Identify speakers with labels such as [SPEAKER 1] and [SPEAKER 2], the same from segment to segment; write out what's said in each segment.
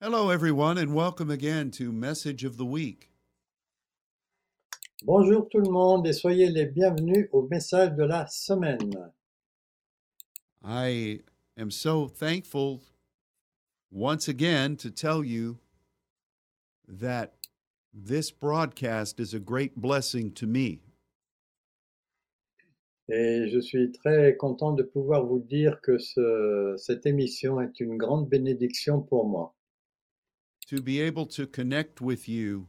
[SPEAKER 1] Hello, everyone, and welcome again to Message of the Week.
[SPEAKER 2] Bonjour tout le monde et soyez les bienvenus au message de la semaine.
[SPEAKER 1] I am so thankful once again to tell you that this broadcast is a great blessing to me.
[SPEAKER 2] Et je suis très content de pouvoir vous dire que ce- cette émission est une grande bénédiction pour moi.
[SPEAKER 1] To be able to connect with you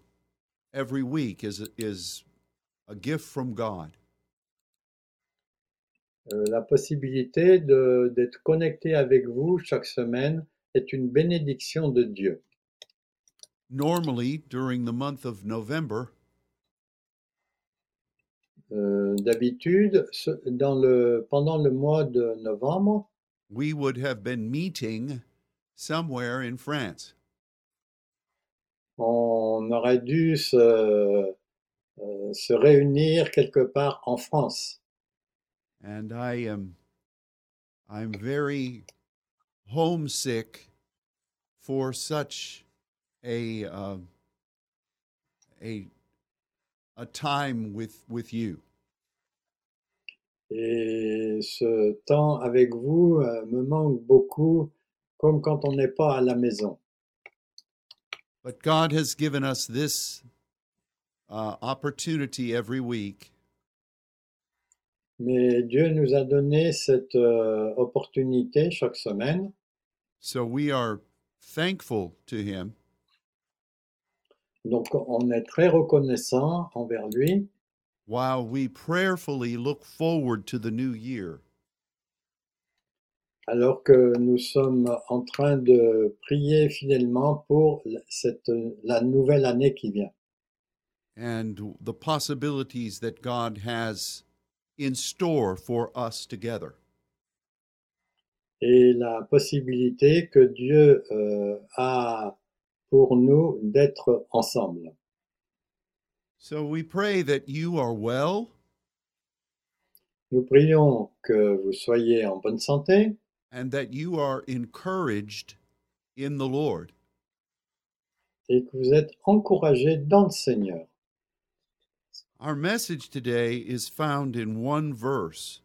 [SPEAKER 1] every week is, is a gift from God.
[SPEAKER 2] Euh, la possibilité de- d'être connecté avec vous chaque semaine est une bénédiction de Dieu.
[SPEAKER 1] Normally, during the month of November,
[SPEAKER 2] Euh, D'habitude, ce- dans le- pendant le mois de novembre,
[SPEAKER 1] we would have been meeting somewhere in France.
[SPEAKER 2] on aurait dû se, euh, se réunir quelque part en France.
[SPEAKER 1] and I am I'm very homesick for such a uh, a a time with with you.
[SPEAKER 2] Et ce temps avec vous euh, me manque beaucoup, comme quand on n'est pas à la maison.
[SPEAKER 1] But God has given us this uh, opportunity every week,
[SPEAKER 2] Mais Dieu nous a donné cette euh, opportunité chaque semaine,
[SPEAKER 1] so we are thankful to Him,
[SPEAKER 2] donc on est très reconnaissant envers lui,
[SPEAKER 1] while we prayerfully look forward to the new year.
[SPEAKER 2] alors que nous sommes en train de prier fidèlement pour cette, la nouvelle année qui vient
[SPEAKER 1] and the possibilities that God has in store for us together.
[SPEAKER 2] et la possibilité que Dieu euh, a pour nous d'être ensemble.
[SPEAKER 1] So we pray that you are well
[SPEAKER 2] Nous prions que vous soyez en bonne santé.
[SPEAKER 1] and that you are encouraged in the Lord.
[SPEAKER 2] et que vous êtes encouragés dans le Seigneur.
[SPEAKER 1] Our message today is found in one verse,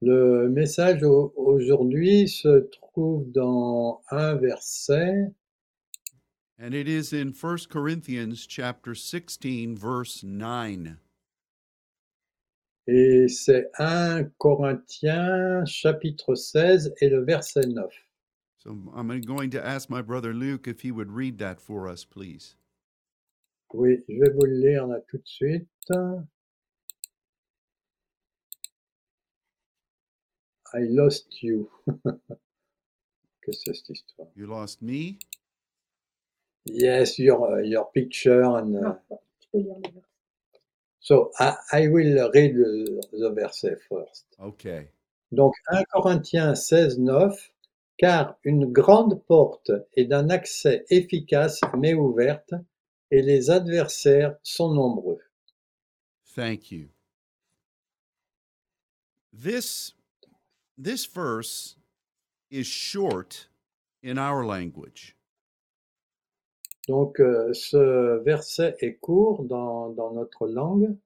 [SPEAKER 2] Le message au- aujourd'hui se trouve dans un verset
[SPEAKER 1] and it is in 1 Corinthians chapter 16 verse 9.
[SPEAKER 2] et c'est 1 Corinthiens chapitre 16 et le verset 9.
[SPEAKER 1] So I'm going to ask my brother Luke if he would read that for us, please.
[SPEAKER 2] Oui, je vais vous le lire là tout de suite. I lost you. Qu'est-ce que c'est cette histoire?
[SPEAKER 1] You lost me?
[SPEAKER 2] Yes, your, uh, your picture and... uh,
[SPEAKER 3] Tu Ah, peux lire le verset.
[SPEAKER 2] So I, I will read the, the verse first.
[SPEAKER 1] Okay.
[SPEAKER 2] Donc 1 Corinthiens 16, 9, car une grande porte est d'un accès efficace mais ouverte, et les adversaires sont nombreux.
[SPEAKER 1] Thank you. This this verse is short in our language.
[SPEAKER 2] Donc euh, ce verset est court dans, dans notre langue,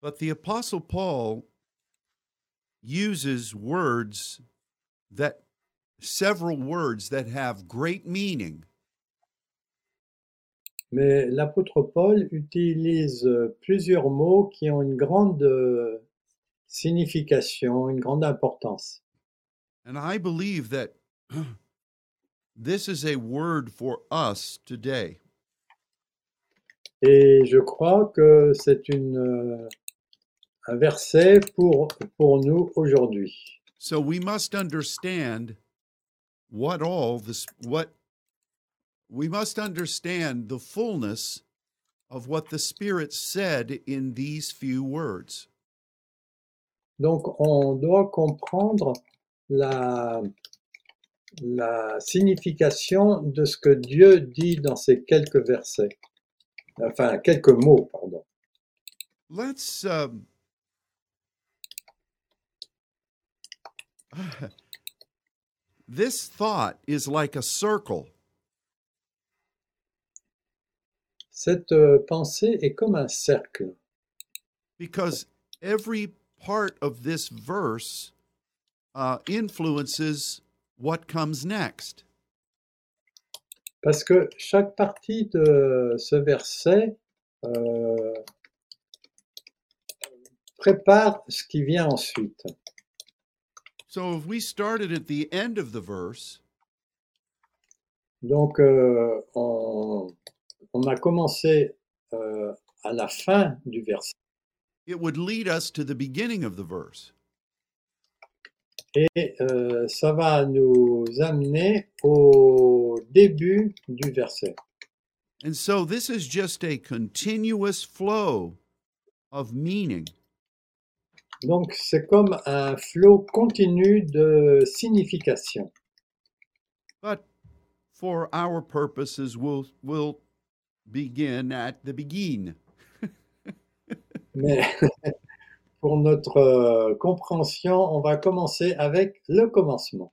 [SPEAKER 1] But the Apostle Paul uses words that several words that have great meaning
[SPEAKER 2] mais l'apôtre Paul utilise euh, plusieurs mots qui ont une grande euh, signification, une grande importance.
[SPEAKER 1] and I believe that this is a word for us today.
[SPEAKER 2] Et je crois que c'est une, euh, un verset pour, pour nous aujourd'hui.
[SPEAKER 1] So we must understand what all this what we must understand the fullness of what the Spirit said in these few words.
[SPEAKER 2] Donc on doit comprendre la, la signification de ce que Dieu dit dans ces quelques versets. Enfin, quelques mots, pardon.
[SPEAKER 1] Let's um, This thought is like a circle.
[SPEAKER 2] Cette euh, pensée est comme un cercle,
[SPEAKER 1] because every part of this verse uh, influences what comes next.
[SPEAKER 2] parce que chaque partie de ce verset euh, prépare ce qui vient ensuite.
[SPEAKER 1] So if we started at the end of the verse,
[SPEAKER 2] Donc, euh, on, on a commencé euh, à la fin du verset
[SPEAKER 1] it would lead us to the beginning of the verse.
[SPEAKER 2] et euh, ça va nous amener au début du verset.
[SPEAKER 1] And so this is just a continuous flow of meaning.
[SPEAKER 2] Donc, c'est comme un flot continu de signification.
[SPEAKER 1] But for our purposes, we'll, we'll begin at the begin.
[SPEAKER 2] Mais pour notre euh, compréhension, on va commencer avec le commencement.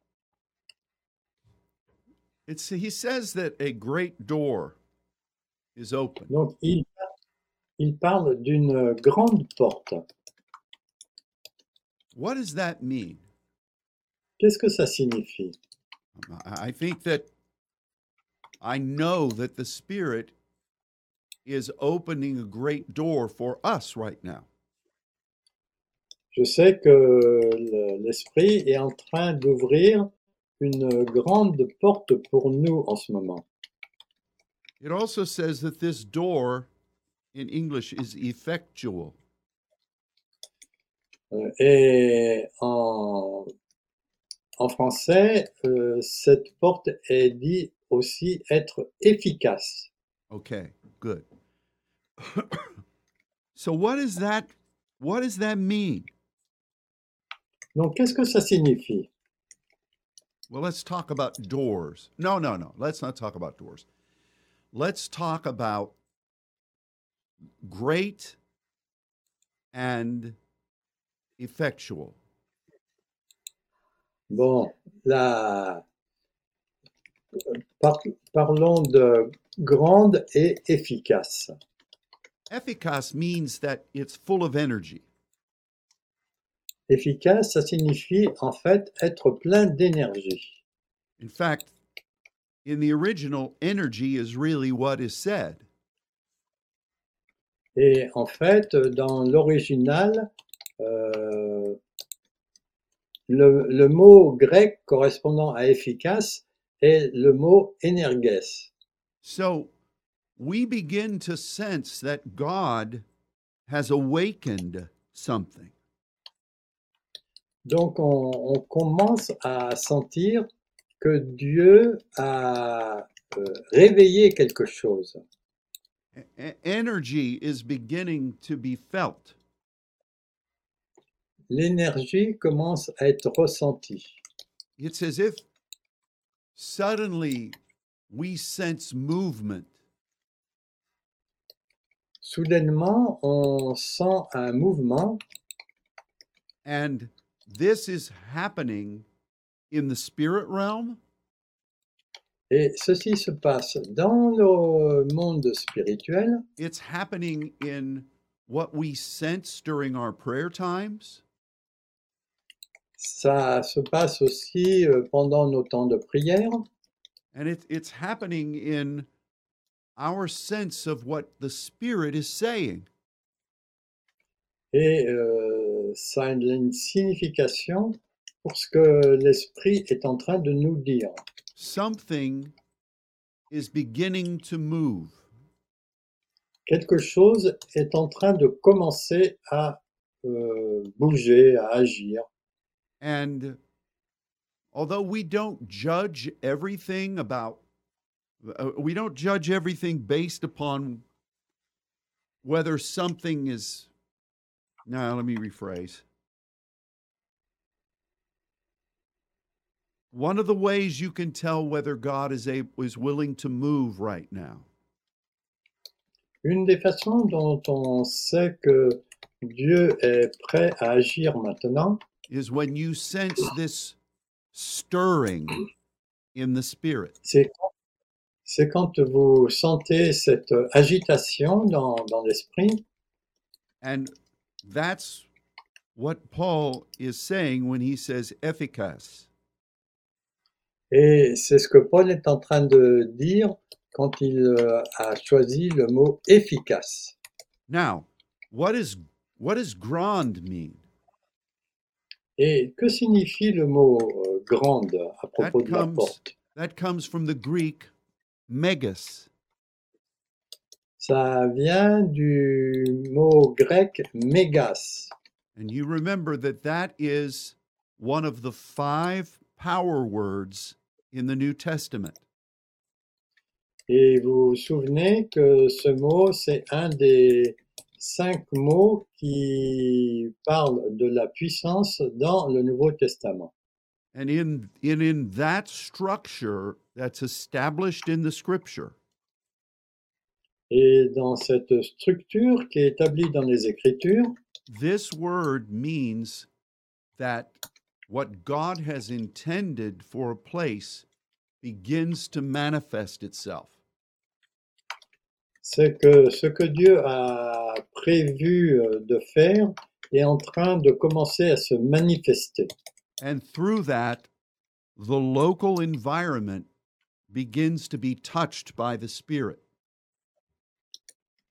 [SPEAKER 1] It's, he says that a great door is open.
[SPEAKER 2] Donc, il, il parle d'une grande porte.
[SPEAKER 1] What does that mean?
[SPEAKER 2] Qu'est-ce que ça signifie
[SPEAKER 1] I I think that I know that the Spirit is opening a great door for us right now.
[SPEAKER 2] Je sais que le- l'esprit est en train d'ouvrir une grande porte pour nous en ce moment.
[SPEAKER 1] It also says that this door in English is effectual.
[SPEAKER 2] Euh, Et en, en français, euh, cette porte est dit aussi être efficace.
[SPEAKER 1] Okay, good. so what is that what does that mean?
[SPEAKER 2] Donc, qu'est-ce que ça signifie
[SPEAKER 1] Well, let's talk about doors. No, no, no. Let's not talk about doors. Let's talk about great and effectual.
[SPEAKER 2] Bon, la... par- parlons de grande et efficace.
[SPEAKER 1] Efficace means that it's full of energy.
[SPEAKER 2] Efficace, ça signifie en fait être plein d'énergie.
[SPEAKER 1] In fact, in the original, energy is really what is said.
[SPEAKER 2] Et en fait, dans l'original, euh, le, le mot grec correspondant à efficace est le mot énergès.
[SPEAKER 1] So we begin to sense that God has awakened something.
[SPEAKER 2] Donc on, on commence à sentir que Dieu a euh, réveillé quelque chose.
[SPEAKER 1] E- e- energy is beginning to be felt.
[SPEAKER 2] l'énergie commence à être ressentie.
[SPEAKER 1] It's as if suddenly we sense movement.
[SPEAKER 2] Soudainement, on sent un mouvement
[SPEAKER 1] And this is happening in the spirit realm
[SPEAKER 2] et ceci se passe dans le monde spirituel,
[SPEAKER 1] it's happening in what we sense during our prayer times.
[SPEAKER 2] ça se passe aussi euh, pendant nos temps de prière
[SPEAKER 1] And it, it's happening in our sense of what the Spirit is saying.
[SPEAKER 2] et euh, ça a une signification pour ce que l'esprit est en train de nous dire.
[SPEAKER 1] Something is beginning to move.
[SPEAKER 2] Quelque chose est en train de commencer à euh, bouger, à agir.
[SPEAKER 1] And although we don't judge everything about, uh, we don't judge everything based upon whether something is, now let me rephrase. One of the ways you can tell whether God is, a, is willing to move right now
[SPEAKER 2] Une des façons dont on sait que Dieu est prêt à agir maintenant,
[SPEAKER 1] is when you sense this stirring in the spirit.
[SPEAKER 2] C'est quand, c'est quand vous sentez cette agitation dans, dans l'esprit,
[SPEAKER 1] And that's what Paul is saying when he says efficace.
[SPEAKER 2] et c'est ce que Paul est en train de dire quand il euh, a choisi le mot efficace.
[SPEAKER 1] Now, what is what does grand mean?
[SPEAKER 2] Et que signifie le mot euh, grande à propos
[SPEAKER 1] That
[SPEAKER 2] de la
[SPEAKER 1] comes-
[SPEAKER 2] porte
[SPEAKER 1] That comes from the Greek megas,
[SPEAKER 2] Ça vient du mot grec mégas.
[SPEAKER 1] and you remember that that is one of the five power words in the New Testament.
[SPEAKER 2] Et vous vous souvenez que ce mot, c'est un des cinq mots qui parlent de la puissance dans le Nouveau Testament.
[SPEAKER 1] And in in in that structure that's established in the scripture,
[SPEAKER 2] Et dans cette structure qui est établie dans les Écritures,
[SPEAKER 1] this word means that what God has intended for a place begins to manifest itself.
[SPEAKER 2] c'est que ce que Dieu a prévu euh, de faire est en train de commencer à se manifester.
[SPEAKER 1] And through that, the local environment begins to be touched by the Spirit.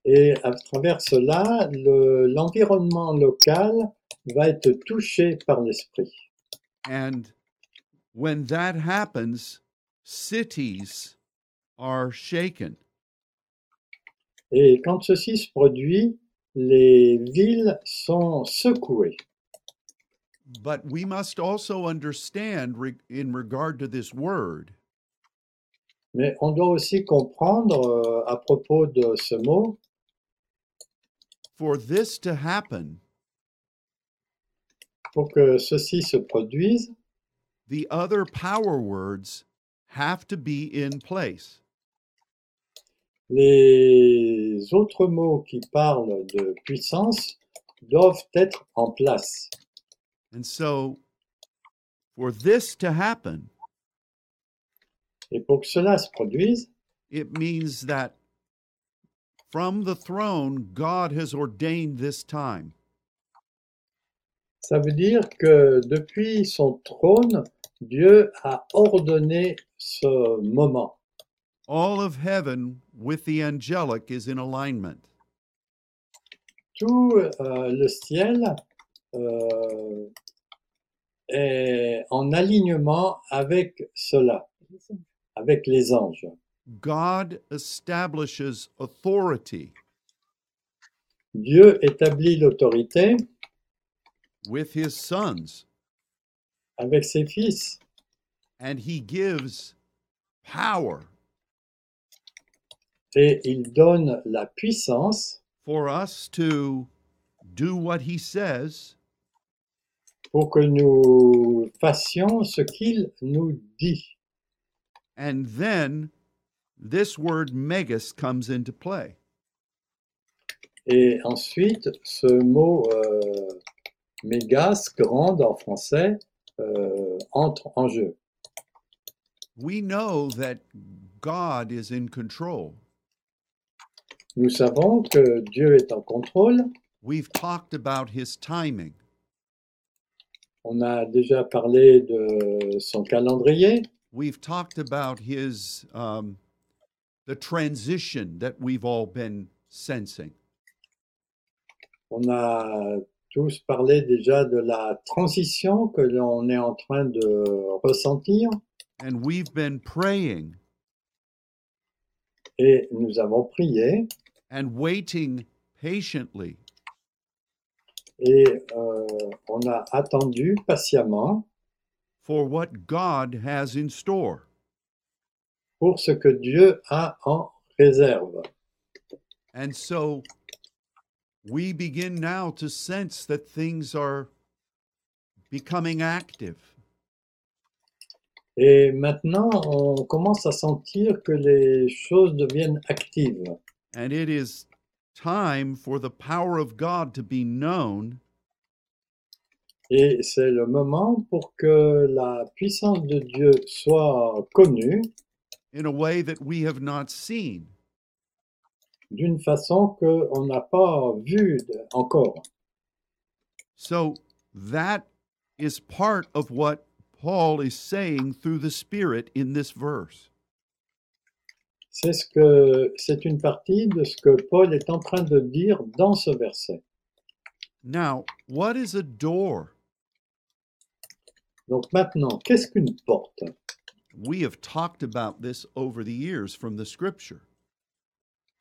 [SPEAKER 2] Et à travers cela, le- l'environnement local va être touché par l'esprit.
[SPEAKER 1] And when that happens, cities are shaken.
[SPEAKER 2] Et quand ceci se produit, les villes sont secouées.
[SPEAKER 1] But we must also understand re- in regard to this word
[SPEAKER 2] Mais on doit aussi comprendre euh, à propos de ce mot,
[SPEAKER 1] for this to happen,
[SPEAKER 2] pour que ceci se produise,
[SPEAKER 1] the other power words have to be in place.
[SPEAKER 2] les autres mots qui parlent de puissance doivent être en place.
[SPEAKER 1] And so, for this to happen,
[SPEAKER 2] Et pour que cela se produise,
[SPEAKER 1] it means that from the throne, God has ordained this time.
[SPEAKER 2] ça veut dire que depuis son trône, Dieu a ordonné ce moment.
[SPEAKER 1] All of heaven with the angelic is in alignment.
[SPEAKER 2] tout euh, le ciel euh, est en alignement avec cela, avec les anges.
[SPEAKER 1] God establishes authority
[SPEAKER 2] Dieu établit l'autorité
[SPEAKER 1] with his sons,
[SPEAKER 2] avec ses fils
[SPEAKER 1] and he gives power
[SPEAKER 2] et il donne la puissance
[SPEAKER 1] for us to do what he says
[SPEAKER 2] pour que nous fassions ce qu'il nous dit.
[SPEAKER 1] And then this word megas comes into play.
[SPEAKER 2] Et ensuite, ce mot euh, mégas, grande en français, euh, entre en jeu.
[SPEAKER 1] We know that God is in control.
[SPEAKER 2] Nous savons que Dieu est en contrôle
[SPEAKER 1] We've talked about his timing.
[SPEAKER 2] On a déjà parlé de son calendrier,
[SPEAKER 1] We've talked about his um, the transition that we've all been sensing.
[SPEAKER 2] on a tous parlé déjà de la transition que l'on est en train de ressentir
[SPEAKER 1] And we've been praying
[SPEAKER 2] et nous avons prié
[SPEAKER 1] and waiting patiently
[SPEAKER 2] et euh, on a attendu patiemment
[SPEAKER 1] for what God has in store.
[SPEAKER 2] pour ce que Dieu a en réserve.
[SPEAKER 1] And so we begin now to sense that things are becoming active.
[SPEAKER 2] Et maintenant, on commence à sentir que les choses deviennent actives.
[SPEAKER 1] And it is time for the power of God to be known
[SPEAKER 2] Et c'est le moment pour que la puissance de Dieu soit connue
[SPEAKER 1] in a way that we have not seen.
[SPEAKER 2] d'une façon qu'on n'a pas vue de- encore.
[SPEAKER 1] So that is part of what Paul is saying through the Spirit in this verse.
[SPEAKER 2] C'est ce que c'est une partie de ce que Paul est en train de dire dans ce verset.
[SPEAKER 1] Now, what is a door?
[SPEAKER 2] Donc maintenant, qu'est-ce qu'une porte
[SPEAKER 1] We have talked about this over the years from the scripture.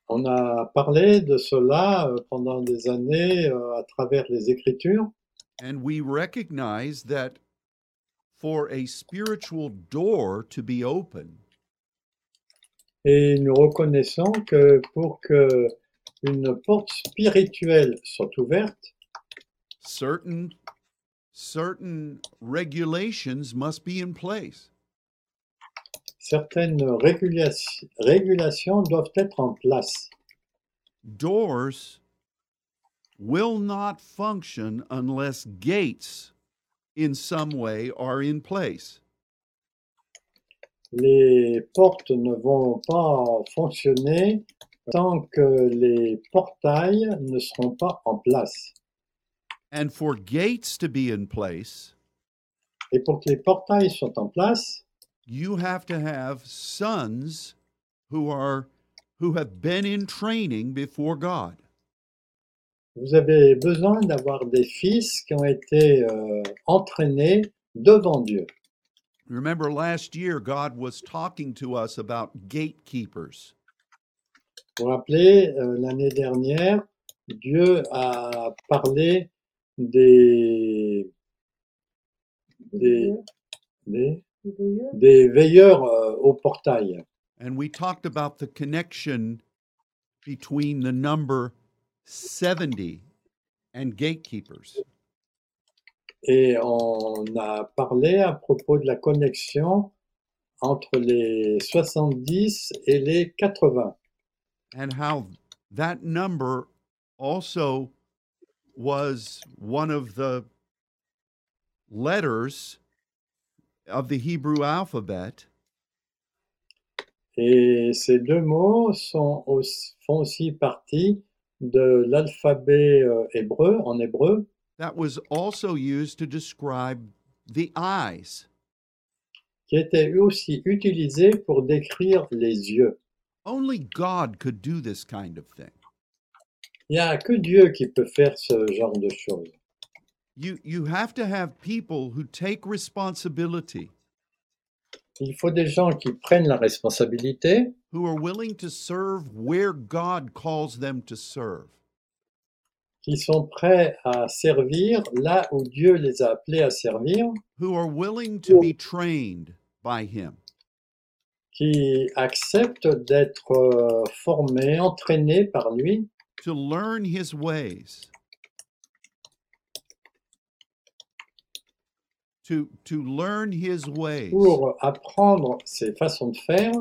[SPEAKER 2] On a parlé de cela euh, pendant des années euh, à travers les Écritures
[SPEAKER 1] And we recognize that for a spiritual door to be open,
[SPEAKER 2] et nous reconnaissons que pour que une porte spirituelle soit ouverte,
[SPEAKER 1] certain certain regulations must be in place.
[SPEAKER 2] certaines régula- régulations doivent être en place.
[SPEAKER 1] Doors will not function unless gates in some way are in place.
[SPEAKER 2] Les portes ne vont pas fonctionner tant que les portails ne seront pas en place.
[SPEAKER 1] And for gates to be in place,
[SPEAKER 2] Et pour que les portails soient en place,
[SPEAKER 1] you have to have sons who are who have been in training before God.
[SPEAKER 2] vous avez besoin d'avoir des fils qui ont été euh, entraînés devant Dieu.
[SPEAKER 1] Remember last year God was talking to us about gatekeepers.
[SPEAKER 2] Vous vous rappelez, euh, l'année dernière, Dieu a parlé des, des, des, des veilleurs euh, au portail.
[SPEAKER 1] And we talked about the connection between the number 70 and gatekeepers.
[SPEAKER 2] Et on a parlé à propos de la connexion entre les 70 et les 80.
[SPEAKER 1] and how that number also was one of the letters of the Hebrew alphabet
[SPEAKER 2] Et ces deux mots sont aussi- font aussi partie de l'alphabet euh, hébreu, en hébreu,
[SPEAKER 1] that was also used to describe the eyes.
[SPEAKER 2] qui était aussi utilisé pour décrire les yeux.
[SPEAKER 1] Only God could do this kind of thing.
[SPEAKER 2] Il n'y a que Dieu qui peut faire ce genre de choses.
[SPEAKER 1] You you have to have people who take responsibility,
[SPEAKER 2] Il faut des gens qui prennent la responsabilité,
[SPEAKER 1] who are willing to serve where God calls them to serve.
[SPEAKER 2] qui sont prêts à servir là où Dieu les a appelés à servir,
[SPEAKER 1] Who are willing to be trained by him.
[SPEAKER 2] qui acceptent d'être euh, formés, entraînés par lui,
[SPEAKER 1] to learn his ways, to, to learn his ways
[SPEAKER 2] pour apprendre ses façons de faire,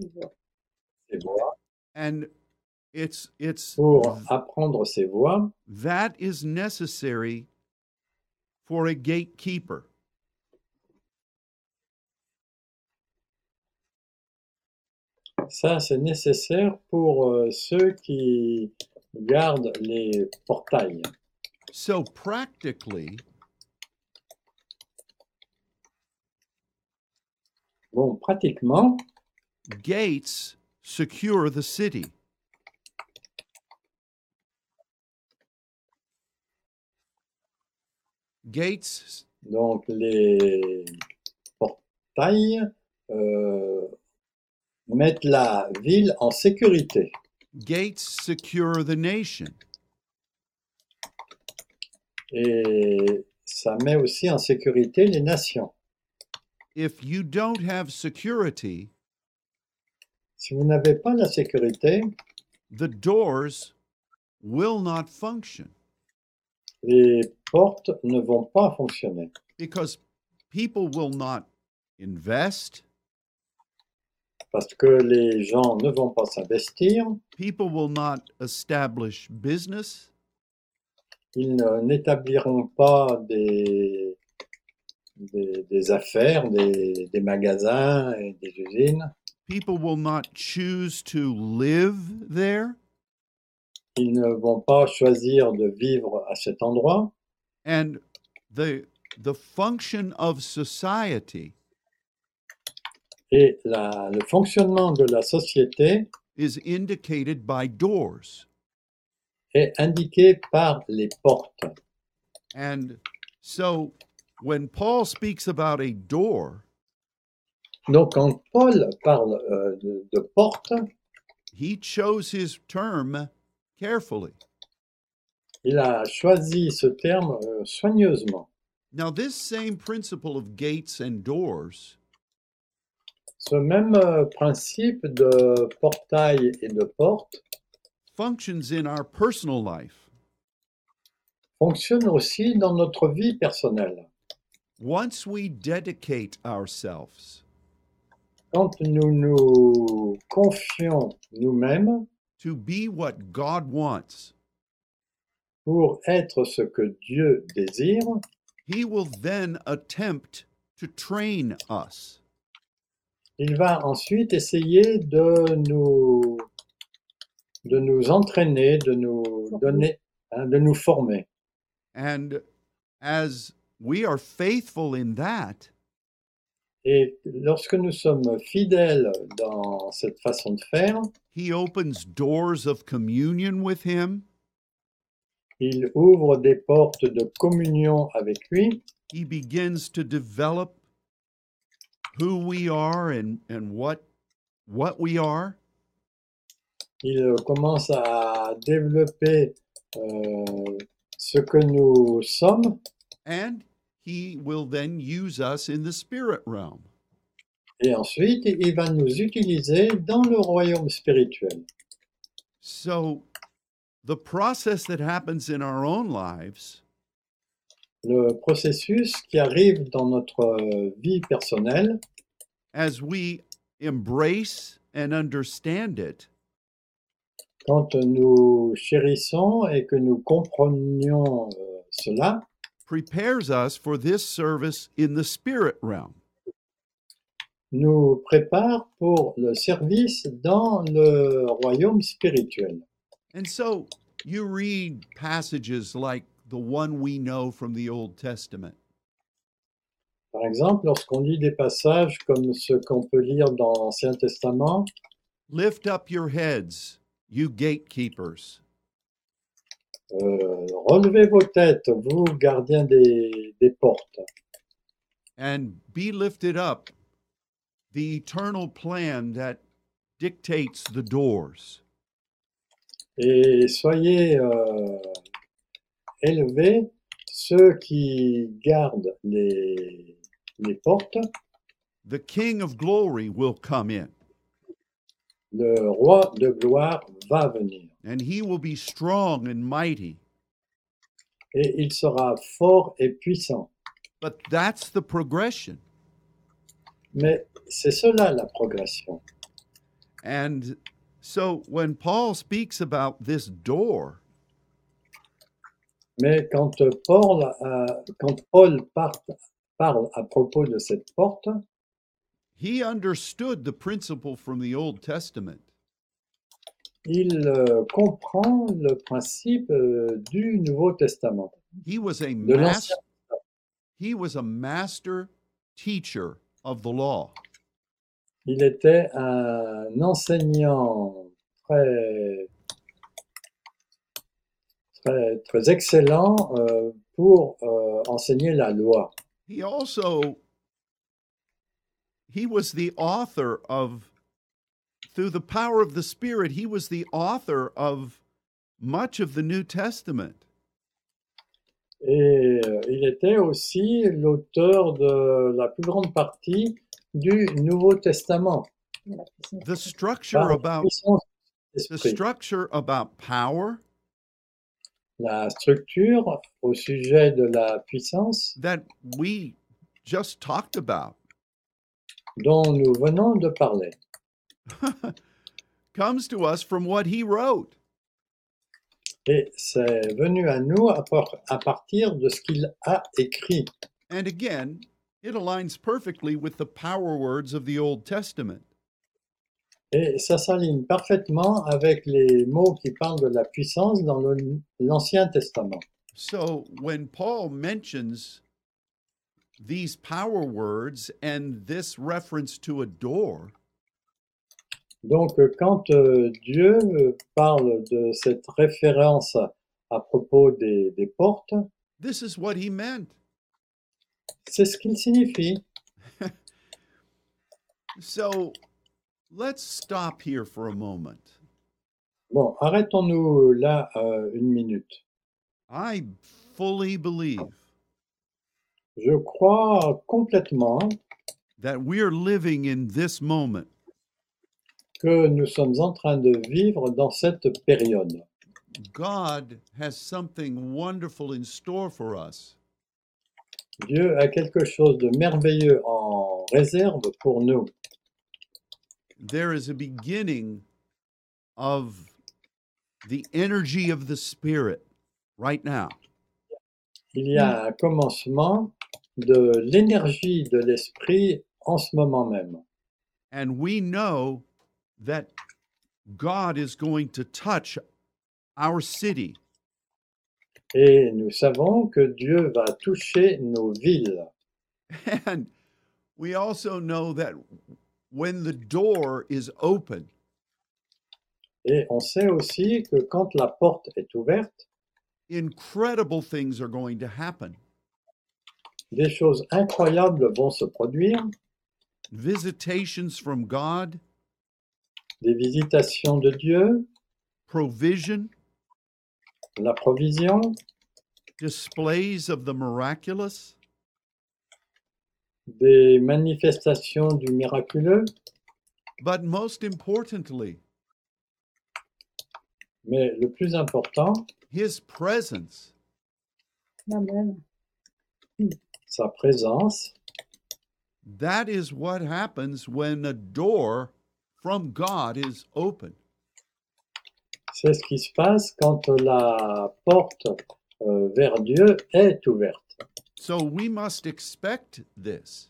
[SPEAKER 2] ses voies,
[SPEAKER 1] and it's it's
[SPEAKER 2] pour apprendre ses voies.
[SPEAKER 1] that is necessary for a gatekeeper
[SPEAKER 2] Ça, c'est nécessaire pour euh, ceux qui gardent les portails.
[SPEAKER 1] so practically
[SPEAKER 2] Bon, pratiquement,
[SPEAKER 1] gates secure the city gates
[SPEAKER 2] Donc les portails euh, mettent la ville en sécurité.
[SPEAKER 1] gates secure the nation
[SPEAKER 2] Et ça met aussi en sécurité les nations.
[SPEAKER 1] if you don't have security,
[SPEAKER 2] Si vous n'avez pas la sécurité,
[SPEAKER 1] the doors will not function
[SPEAKER 2] les portes ne vont pas fonctionner.
[SPEAKER 1] because people will not invest,
[SPEAKER 2] Parce que les gens ne vont pas s'investir,
[SPEAKER 1] people will not establish business,
[SPEAKER 2] ils n'établiront pas des, des, des affaires, des, des magasins et des usines.
[SPEAKER 1] People will not choose to live there,
[SPEAKER 2] Ils ne vont pas choisir de vivre à cet endroit.
[SPEAKER 1] and the the function of society
[SPEAKER 2] Et la- le fonctionnement de la société
[SPEAKER 1] is indicated by doors.
[SPEAKER 2] est indiqué par les portes.
[SPEAKER 1] And so when Paul speaks about a door,
[SPEAKER 2] Donc quand Paul parle euh, de, de portes,
[SPEAKER 1] he chose his term carefully.
[SPEAKER 2] il a choisi ce terme euh, soigneusement.
[SPEAKER 1] Now, this same principle of gates and doors
[SPEAKER 2] Ce même euh, principe de portail et de porte
[SPEAKER 1] functions in our personal life.
[SPEAKER 2] fonctionne aussi dans notre vie personnelle.
[SPEAKER 1] Once we dedicate ourselves
[SPEAKER 2] Quand nous nous confions nous-mêmes
[SPEAKER 1] to be what God wants,
[SPEAKER 2] pour être ce que Dieu désire,
[SPEAKER 1] He will then attempt to train us.
[SPEAKER 2] il va ensuite essayer de nous, de nous entraîner, de nous donner, hein, de nous former.
[SPEAKER 1] And as we are faithful in that,
[SPEAKER 2] Et lorsque nous sommes fidèles dans cette façon de faire,
[SPEAKER 1] He opens doors of communion with Him.
[SPEAKER 2] il ouvre des portes de communion avec lui.
[SPEAKER 1] He begins to develop who we are and, and what, what we are.
[SPEAKER 2] Il euh, commence à développer euh, ce que nous sommes
[SPEAKER 1] And he will then use us in the spirit realm.
[SPEAKER 2] et ensuite il va nous utiliser dans le royaume spirituel.
[SPEAKER 1] So the process that happens in our own lives
[SPEAKER 2] Le processus qui arrive dans notre vie personnelle,
[SPEAKER 1] as we embrace and understand it
[SPEAKER 2] quand nous chérissons et que nous comprenions euh, cela,
[SPEAKER 1] prepares us for this service in the spirit realm.
[SPEAKER 2] nous prépare pour le service dans le royaume spirituel.
[SPEAKER 1] And so you read passages like the one we know from the Old Testament
[SPEAKER 2] Par exemple, lorsqu'on lit des passages comme ce qu'on peut lire dans l'Ancien Testament,
[SPEAKER 1] Lift up your heads, you gatekeepers.
[SPEAKER 2] euh, relevez vos têtes, vous gardiens des, des portes,
[SPEAKER 1] and be lifted up the eternal plan that dictates the doors.
[SPEAKER 2] et soyez euh, élevés ceux qui gardent les, les portes.
[SPEAKER 1] The King of glory will come in,
[SPEAKER 2] Le roi de gloire va venir
[SPEAKER 1] and he will be strong and mighty.
[SPEAKER 2] et il sera fort et puissant.
[SPEAKER 1] But that's the progression.
[SPEAKER 2] Mais c'est cela la progression.
[SPEAKER 1] And so when Paul speaks about this door,
[SPEAKER 2] Mais quand Paul, euh, quand Paul part- parle à propos de cette porte,
[SPEAKER 1] he understood the principle from the Old Testament.
[SPEAKER 2] il euh, comprend le principe euh, du Nouveau Testament,
[SPEAKER 1] He was a
[SPEAKER 2] de
[SPEAKER 1] master,
[SPEAKER 2] l'Ancien.
[SPEAKER 1] he was a master teacher of the law.
[SPEAKER 2] Il était un enseignant très, très, très excellent euh, pour euh, enseigner la loi.
[SPEAKER 1] he also he was the author of through the power of the spirit he was the author of much of the new testament
[SPEAKER 2] Et euh, il était aussi l'auteur de la plus grande partie du Nouveau Testament.
[SPEAKER 1] the structure
[SPEAKER 2] par la
[SPEAKER 1] about
[SPEAKER 2] puissance de
[SPEAKER 1] the
[SPEAKER 2] l'Esprit.
[SPEAKER 1] structure about power
[SPEAKER 2] La structure au sujet de la puissance
[SPEAKER 1] that we just talked about
[SPEAKER 2] dont nous venons de parler
[SPEAKER 1] comes to us from what he wrote
[SPEAKER 2] Et c'est venu à nous à, par- à partir de ce qu'il a écrit.
[SPEAKER 1] And again, it aligns perfectly with the power words of the Old Testament.
[SPEAKER 2] Et ça s'aligne parfaitement avec les mots qui parlent de la puissance dans le- l'Ancien Testament.
[SPEAKER 1] So when Paul mentions these power words and this reference to a door,
[SPEAKER 2] Donc euh, quand euh, Dieu euh, parle de cette référence à propos des, des portes,
[SPEAKER 1] this is what he meant.
[SPEAKER 2] c'est ce qu'il signifie.
[SPEAKER 1] So let's stop here for a moment.
[SPEAKER 2] Bon, arrêtons-nous là euh, une minute.
[SPEAKER 1] I fully believe
[SPEAKER 2] Je crois complètement
[SPEAKER 1] that we're living in this moment.
[SPEAKER 2] que nous sommes en train de vivre dans cette période.
[SPEAKER 1] God has something wonderful in store for us.
[SPEAKER 2] Dieu a quelque chose de merveilleux en réserve pour nous.
[SPEAKER 1] There is a beginning of the energy of the Spirit right now.
[SPEAKER 2] Il y a un commencement de l'énergie de l'esprit en ce moment même.
[SPEAKER 1] And we know that God is going to touch our city.
[SPEAKER 2] Et nous savons que Dieu va toucher nos villes.
[SPEAKER 1] And we also know that when the door is open,
[SPEAKER 2] Et on sait aussi que quand la porte est ouverte,
[SPEAKER 1] incredible things are going to happen.
[SPEAKER 2] des choses incroyables vont se produire,
[SPEAKER 1] Visitations from God,
[SPEAKER 2] des visitations de Dieu,
[SPEAKER 1] provision,
[SPEAKER 2] la provision,
[SPEAKER 1] displays of the miraculous,
[SPEAKER 2] des manifestations du miraculeux,
[SPEAKER 1] but most importantly,
[SPEAKER 2] mais le plus important,
[SPEAKER 1] His presence.
[SPEAKER 3] Amen.
[SPEAKER 2] sa présence.
[SPEAKER 1] That is what happens when a door from God is open.
[SPEAKER 2] C'est ce qui se passe quand la porte euh, vers Dieu est ouverte.
[SPEAKER 1] So we must expect this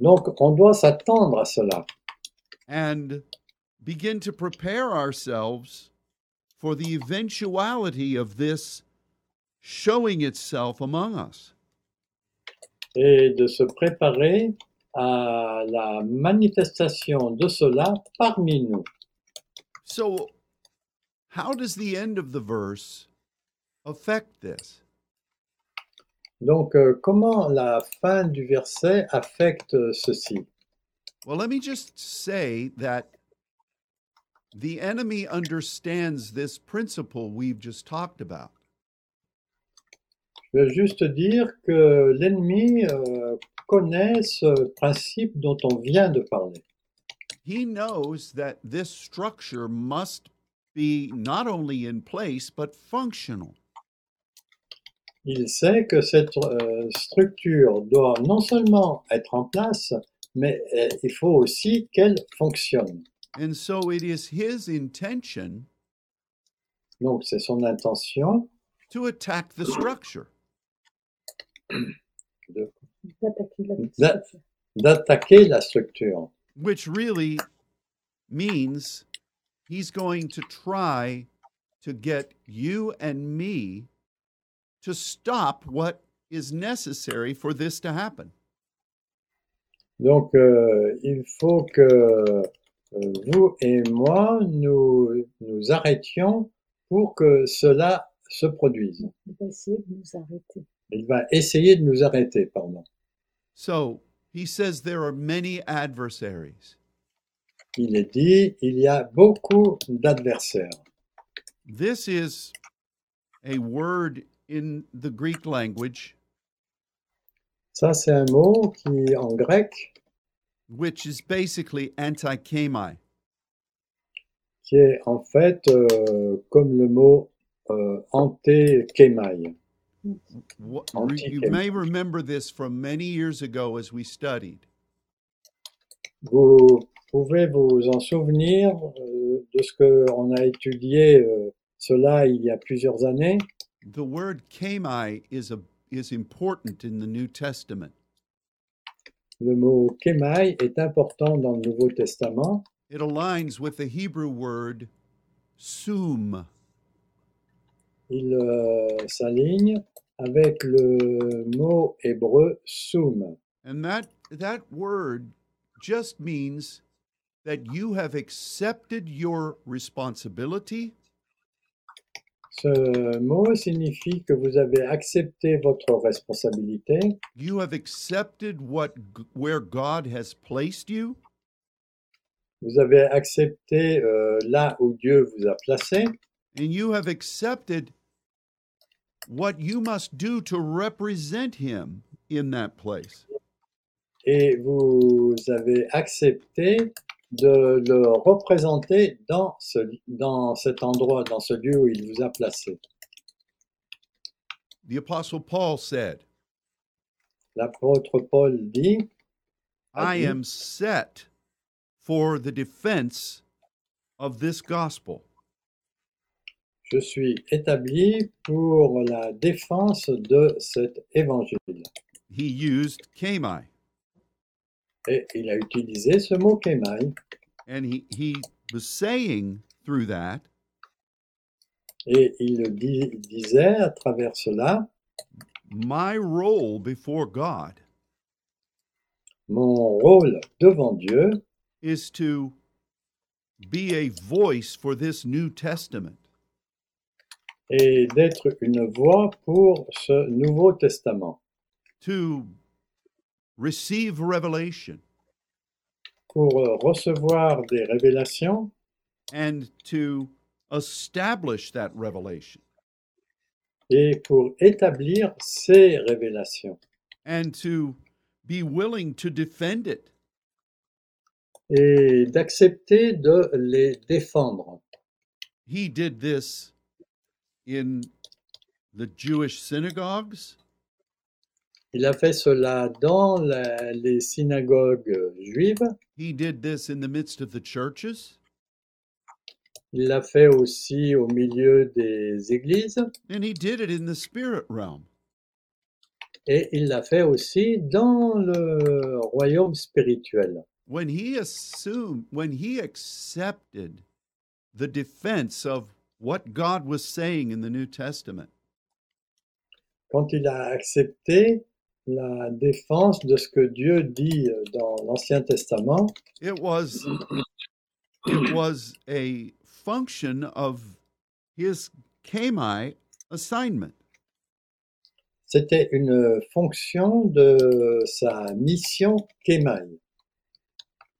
[SPEAKER 2] Donc on doit s'attendre à cela
[SPEAKER 1] and begin to prepare ourselves for the eventuality of this showing itself among us.
[SPEAKER 2] et de se préparer à la manifestation de cela parmi nous.
[SPEAKER 1] So, how does the end of the verse affect this?
[SPEAKER 2] Donc euh, comment la fin du verset affecte euh, ceci
[SPEAKER 1] Well, let me just say that the enemy understands this principle we've just talked about.
[SPEAKER 2] Je veux juste dire que l'ennemi euh, connaît ce principe dont on vient de parler.
[SPEAKER 1] He knows that this structure must be not only in place, but functional.
[SPEAKER 2] Il sait que cette euh, structure doit non seulement être en place, mais euh, il faut aussi qu'elle fonctionne.
[SPEAKER 1] And so it is his intention
[SPEAKER 2] Donc c'est son intention
[SPEAKER 1] to attack the structure.
[SPEAKER 3] D'attaquer la
[SPEAKER 2] D'a-
[SPEAKER 3] petite.
[SPEAKER 2] d'attaquer la structure,
[SPEAKER 1] which really means he's going to try to get you and me to stop what is necessary for this to happen.
[SPEAKER 2] Donc, euh, il faut que euh, vous et moi, nous nous arrêtions pour que cela se produise.
[SPEAKER 3] Il va essayer de nous arrêter.
[SPEAKER 2] Il va essayer de nous arrêter, pardon.
[SPEAKER 1] So he says there are many adversaries.
[SPEAKER 2] Il est dit, il y a beaucoup d'adversaires.
[SPEAKER 1] This is a word in the Greek language
[SPEAKER 2] Ça, c'est un mot qui, en grec,
[SPEAKER 1] which is basically antikami.
[SPEAKER 2] qui est en fait euh, comme le mot euh, anté-kémai.
[SPEAKER 1] What-
[SPEAKER 2] Antikemi.
[SPEAKER 1] You may remember this from many years ago as we studied.
[SPEAKER 2] Vous pouvez vous en souvenir euh, de ce qu'on a étudié euh, cela il y a plusieurs années.
[SPEAKER 1] The word kami is a is important in the New Testament.
[SPEAKER 2] Le mot kémai est important dans le Nouveau Testament.
[SPEAKER 1] It aligns with the Hebrew word sum.
[SPEAKER 2] Il euh, s'aligne avec le mot hébreu soum.
[SPEAKER 1] And that that word just means that you have accepted your responsibility
[SPEAKER 2] Ce mot signifie que vous avez accepté votre responsabilité,
[SPEAKER 1] You have accepted what g- where God has placed you,
[SPEAKER 2] vous avez accepté euh, là où Dieu vous a placé,
[SPEAKER 1] and you have accepted what you must do to represent Him in that place.
[SPEAKER 2] et vous avez accepté de le représenter dans, ce, dans cet endroit, dans ce lieu où il vous a placé.
[SPEAKER 1] The Apostle Paul said,
[SPEAKER 2] L'apôtre Paul dit,
[SPEAKER 1] I
[SPEAKER 2] Mhm.
[SPEAKER 1] am set for the defense of this gospel.
[SPEAKER 2] je suis établi pour la défense de cet évangile.
[SPEAKER 1] He used Kami,
[SPEAKER 2] Et il a utilisé ce mot kémaï.
[SPEAKER 1] and he, he was saying through that
[SPEAKER 2] Et il le dit- il disait à travers cela,
[SPEAKER 1] my role before God
[SPEAKER 2] mon rôle devant Dieu
[SPEAKER 1] is to be a voice for this New Testament.
[SPEAKER 2] est d'être une voix pour ce Nouveau Testament,
[SPEAKER 1] to receive revelation
[SPEAKER 2] pour euh, recevoir des révélations
[SPEAKER 1] and to establish that revelation
[SPEAKER 2] et pour établir ces révélations
[SPEAKER 1] and to be willing to defend it.
[SPEAKER 2] et d'accepter de les défendre.
[SPEAKER 1] He did this in the Jewish synagogues,
[SPEAKER 2] Il a fait cela dans la- les synagogues juives,
[SPEAKER 1] he did this in the midst of the churches,
[SPEAKER 2] il l'a fait aussi au milieu des églises
[SPEAKER 1] and he did it in the spirit realm.
[SPEAKER 2] et il l'a fait aussi dans le royaume spirituel.
[SPEAKER 1] When he assumed, when he accepted the defense of what God was saying in the New Testament,
[SPEAKER 2] quand il a accepté la défense de ce que Dieu dit dans l'Ancien Testament,
[SPEAKER 1] it was it was a function of his kami assignment
[SPEAKER 2] c'était une fonction de sa mission Kémaï.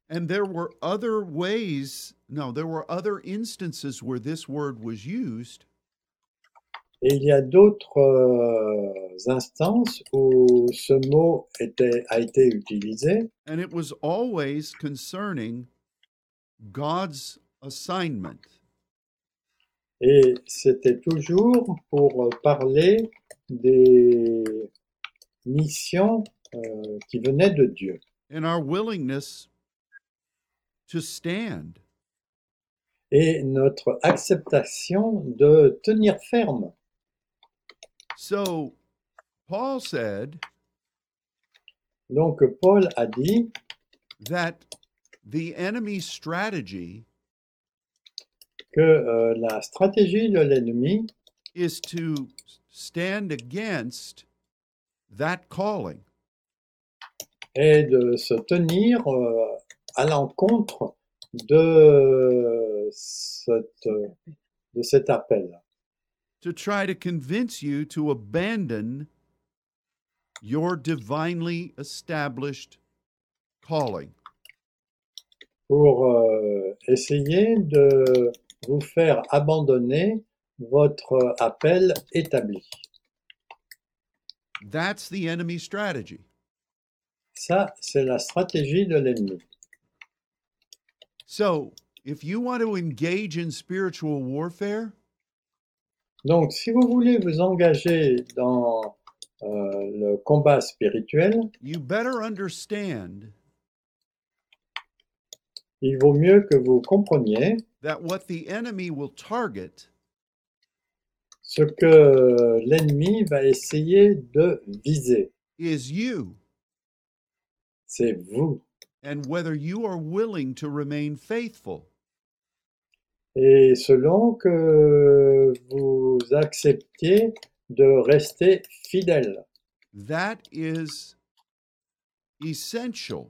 [SPEAKER 1] and there were other ways no there were other instances where this word was used
[SPEAKER 2] Et il y a d'autres euh, instances où ce mot était- a été utilisé
[SPEAKER 1] and it was always concerning god's assignment
[SPEAKER 2] et c'était toujours pour parler des missions euh, qui venaient de Dieu
[SPEAKER 1] and our willingness to stand
[SPEAKER 2] et notre acceptation de tenir ferme.
[SPEAKER 1] so paul said
[SPEAKER 2] Donc Paul a dit
[SPEAKER 1] that the enemy's strategy
[SPEAKER 2] que euh, la stratégie de l'ennemi
[SPEAKER 1] is to stand against that calling.
[SPEAKER 2] est de se tenir euh, à l'encontre de, cette- de cet appel,
[SPEAKER 1] to try to convince you to abandon your divinely established calling.
[SPEAKER 2] pour euh, essayer de vous faire abandonner votre appel établi.
[SPEAKER 1] That's the enemy strategy.
[SPEAKER 2] Ça, c'est la stratégie de l'ennemi.
[SPEAKER 1] So, if you want to engage in spiritual warfare,
[SPEAKER 2] Donc, si vous voulez vous engager dans euh, le combat spirituel,
[SPEAKER 1] you better understand
[SPEAKER 2] il vaut mieux que vous compreniez
[SPEAKER 1] that what the enemy will target
[SPEAKER 2] Ce que l'ennemi va essayer de viser,
[SPEAKER 1] is you
[SPEAKER 2] c'est vous.
[SPEAKER 1] and whether you are willing to remain faithful.
[SPEAKER 2] Et selon que vous acceptiez de rester fidèle,
[SPEAKER 1] That is essential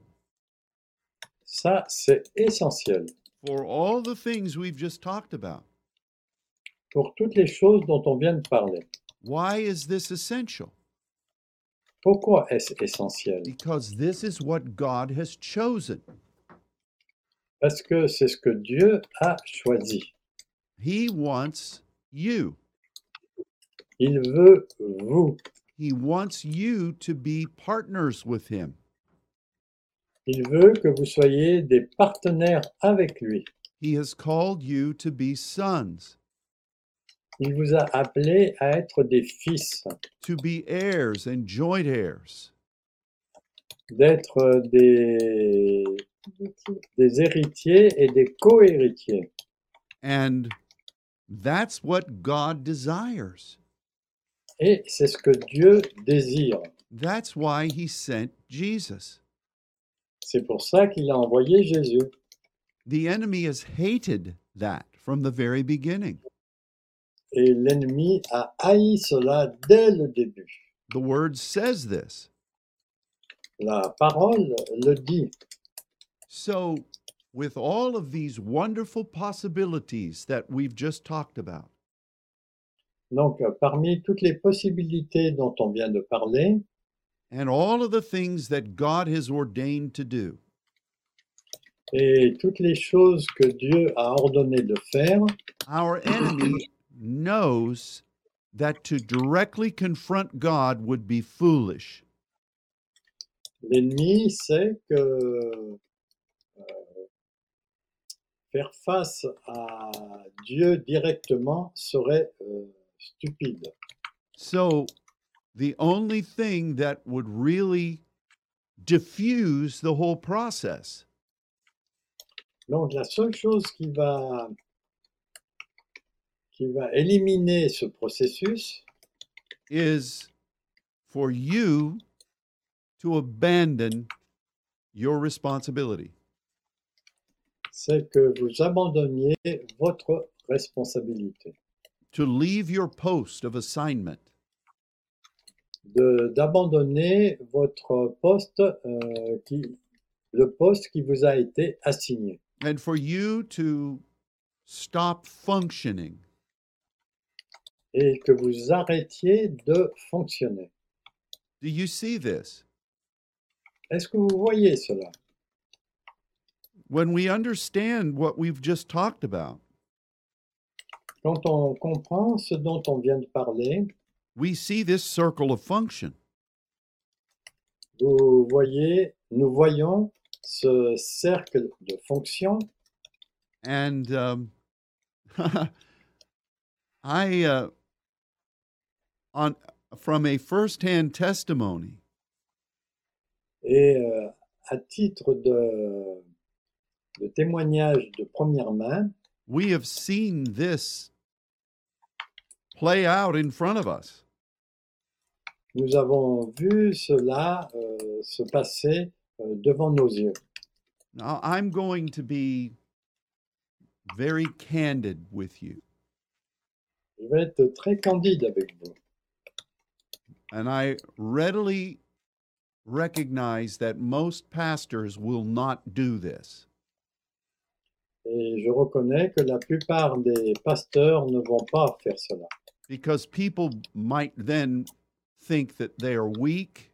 [SPEAKER 2] ça c'est essentiel
[SPEAKER 1] for all the things we've just talked about.
[SPEAKER 2] pour toutes les choses dont on vient de parler.
[SPEAKER 1] Why is this essential?
[SPEAKER 2] Pourquoi est-ce essentiel
[SPEAKER 1] Because this is what God has chosen.
[SPEAKER 2] Parce que c'est ce que Dieu a choisi.
[SPEAKER 1] He wants you.
[SPEAKER 2] Il veut vous.
[SPEAKER 1] He wants you to be partners with him.
[SPEAKER 2] Il veut que vous soyez des partenaires avec lui.
[SPEAKER 1] He has called you to be sons,
[SPEAKER 2] Il vous a appelé à être des fils,
[SPEAKER 1] to be heirs and joint heirs,
[SPEAKER 2] d'être euh, des,
[SPEAKER 3] Dit-il.
[SPEAKER 2] des héritiers et des co-héritiers.
[SPEAKER 1] and that's what God desires.
[SPEAKER 2] Et c'est ce que Dieu désire.
[SPEAKER 1] That's why he sent Jesus.
[SPEAKER 2] C'est pour ça qu'il a envoyé Jésus.
[SPEAKER 1] The enemy has hated that from the very beginning.
[SPEAKER 2] Et l'ennemi a haï cela dès le début.
[SPEAKER 1] The word says this.
[SPEAKER 2] La parole le dit.
[SPEAKER 1] So, with all of these wonderful possibilities that we've just talked about,
[SPEAKER 2] Donc, parmi toutes les possibilités dont on vient de parler,
[SPEAKER 1] and all of the things that God has ordained to do,
[SPEAKER 2] et toutes les choses que Dieu a ordonné de faire,
[SPEAKER 1] our enemy knows that to directly confront God would be foolish.
[SPEAKER 2] l'ennemi sait que euh, faire face à Dieu directement serait euh, stupide.
[SPEAKER 1] So, the only thing that would really diffuse the whole process
[SPEAKER 2] Donc la seule chose qui va, qui va éliminer ce processus,
[SPEAKER 1] is for you to abandon your responsibility.
[SPEAKER 2] c'est que vous abandonniez votre responsabilité,
[SPEAKER 1] to leave your post of assignment
[SPEAKER 2] de- d'abandonner votre poste, euh, qui, le poste qui vous a été assigné.
[SPEAKER 1] and for you to stop functioning
[SPEAKER 2] et que vous arrêtiez de fonctionner.
[SPEAKER 1] do you see this
[SPEAKER 2] Est-ce que vous voyez cela
[SPEAKER 1] when we understand what we've just talked about
[SPEAKER 2] Quand on comprend ce dont on vient de parler,
[SPEAKER 1] we see this circle of function
[SPEAKER 2] vous voyez, nous voyons ce cercle de fonctions
[SPEAKER 1] and um, i uh, on from a firsthand testimony
[SPEAKER 2] et euh, à titre de, de témoignage de première main,
[SPEAKER 1] we have seen this play out in front of us
[SPEAKER 2] nous avons vu cela euh, se passer euh, devant nos yeux.
[SPEAKER 1] Now, I'm going to be very candid with you,
[SPEAKER 2] Je vais être très candide avec vous
[SPEAKER 1] and I readily recognize that most pastors will not do this.
[SPEAKER 2] et je reconnais que la plupart des pasteurs ne vont pas faire cela.
[SPEAKER 1] Because people might then think that they are weak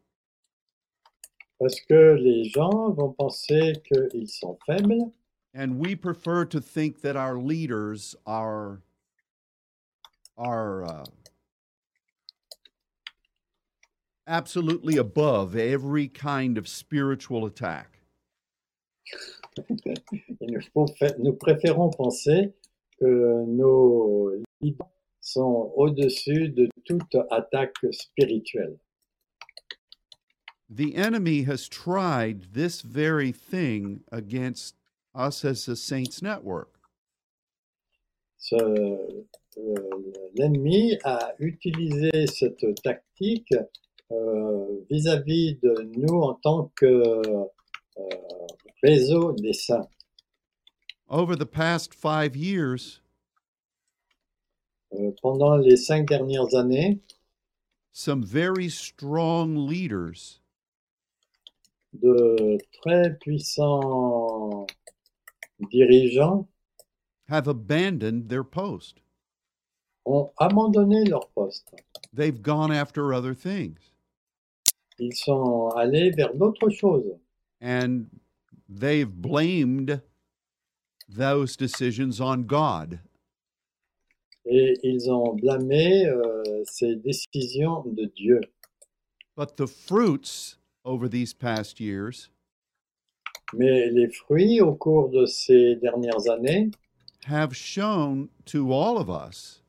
[SPEAKER 2] Parce que les gens vont penser qu'ils sont faibles
[SPEAKER 1] and we prefer to think that our leaders are are uh, absolutely above every kind of spiritual attack.
[SPEAKER 2] et nous, faut- nous préférons penser que nos leaders sont au-dessus de toute attaque spirituelle.
[SPEAKER 1] the enemy has tried this very thing against us as a saints network.
[SPEAKER 2] ce- le- l'ennemi a utilisé cette tactique euh, vis-à-vis de nous en tant que euh, réseau des saints.
[SPEAKER 1] Over the past five years,
[SPEAKER 2] Euh, pendant les cinq dernières années,
[SPEAKER 1] some very strong leaders
[SPEAKER 2] de très puissants dirigeants
[SPEAKER 1] have abandoned their post.
[SPEAKER 2] ont abandonné leur poste.
[SPEAKER 1] They've gone after other things.
[SPEAKER 2] Ils sont allés vers d'autres choses
[SPEAKER 1] And they've blamed those decisions on God.
[SPEAKER 2] et ils ont blâmé euh, ces décisions de Dieu.
[SPEAKER 1] But the fruits over these past years
[SPEAKER 2] Mais les fruits au cours de ces dernières années
[SPEAKER 1] have shown to all of us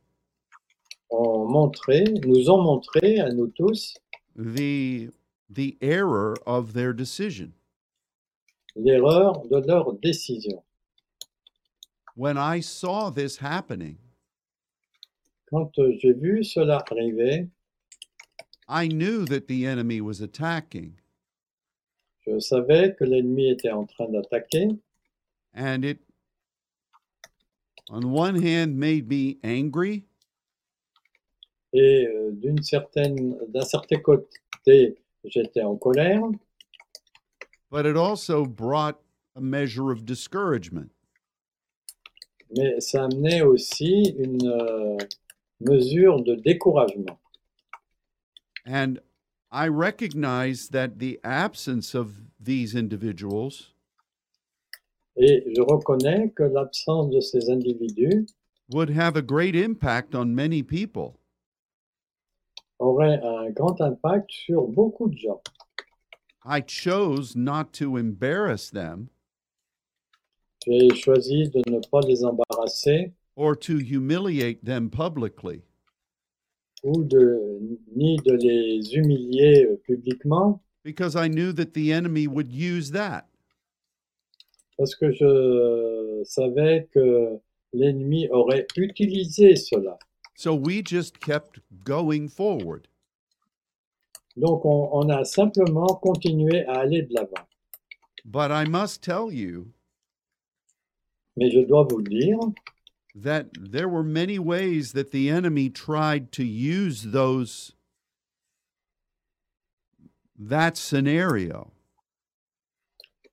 [SPEAKER 2] ont montré, nous ont montré à nous tous
[SPEAKER 1] the the error of their decision.
[SPEAKER 2] l'erreur de leurs décisions.
[SPEAKER 1] When I saw this happening,
[SPEAKER 2] Quand euh, j'ai vu cela arriver,
[SPEAKER 1] I knew that the enemy was attacking
[SPEAKER 2] je savais que l'ennemi était en train d'attaquer
[SPEAKER 1] and it on one hand made me angry
[SPEAKER 2] et euh, d'une certaine, d'un certain côté, j'étais en colère,
[SPEAKER 1] but it also brought a measure of discouragement
[SPEAKER 2] mais ça amenait aussi une euh, mesure de découragement.
[SPEAKER 1] and I recognized that the absence of these individuals
[SPEAKER 2] Et je reconnais que l'absence de ces individus
[SPEAKER 1] would have a great impact on many people.
[SPEAKER 2] aurait un grand impact sur beaucoup de gens.
[SPEAKER 1] I chose not to embarrass them
[SPEAKER 2] J'ai choisi de ne pas les embarrasser
[SPEAKER 1] or to humiliate them publicly.
[SPEAKER 2] ou de, ni de les humilier euh, publiquement
[SPEAKER 1] because I knew that the enemy would use that.
[SPEAKER 2] parce que je savais que l'ennemi aurait utilisé cela.
[SPEAKER 1] So we just kept going forward.
[SPEAKER 2] Donc on, on a simplement continué à aller de l'avant.
[SPEAKER 1] But I must tell you
[SPEAKER 2] Mais je dois vous le dire
[SPEAKER 1] that there were many ways that the enemy tried to use those that scenario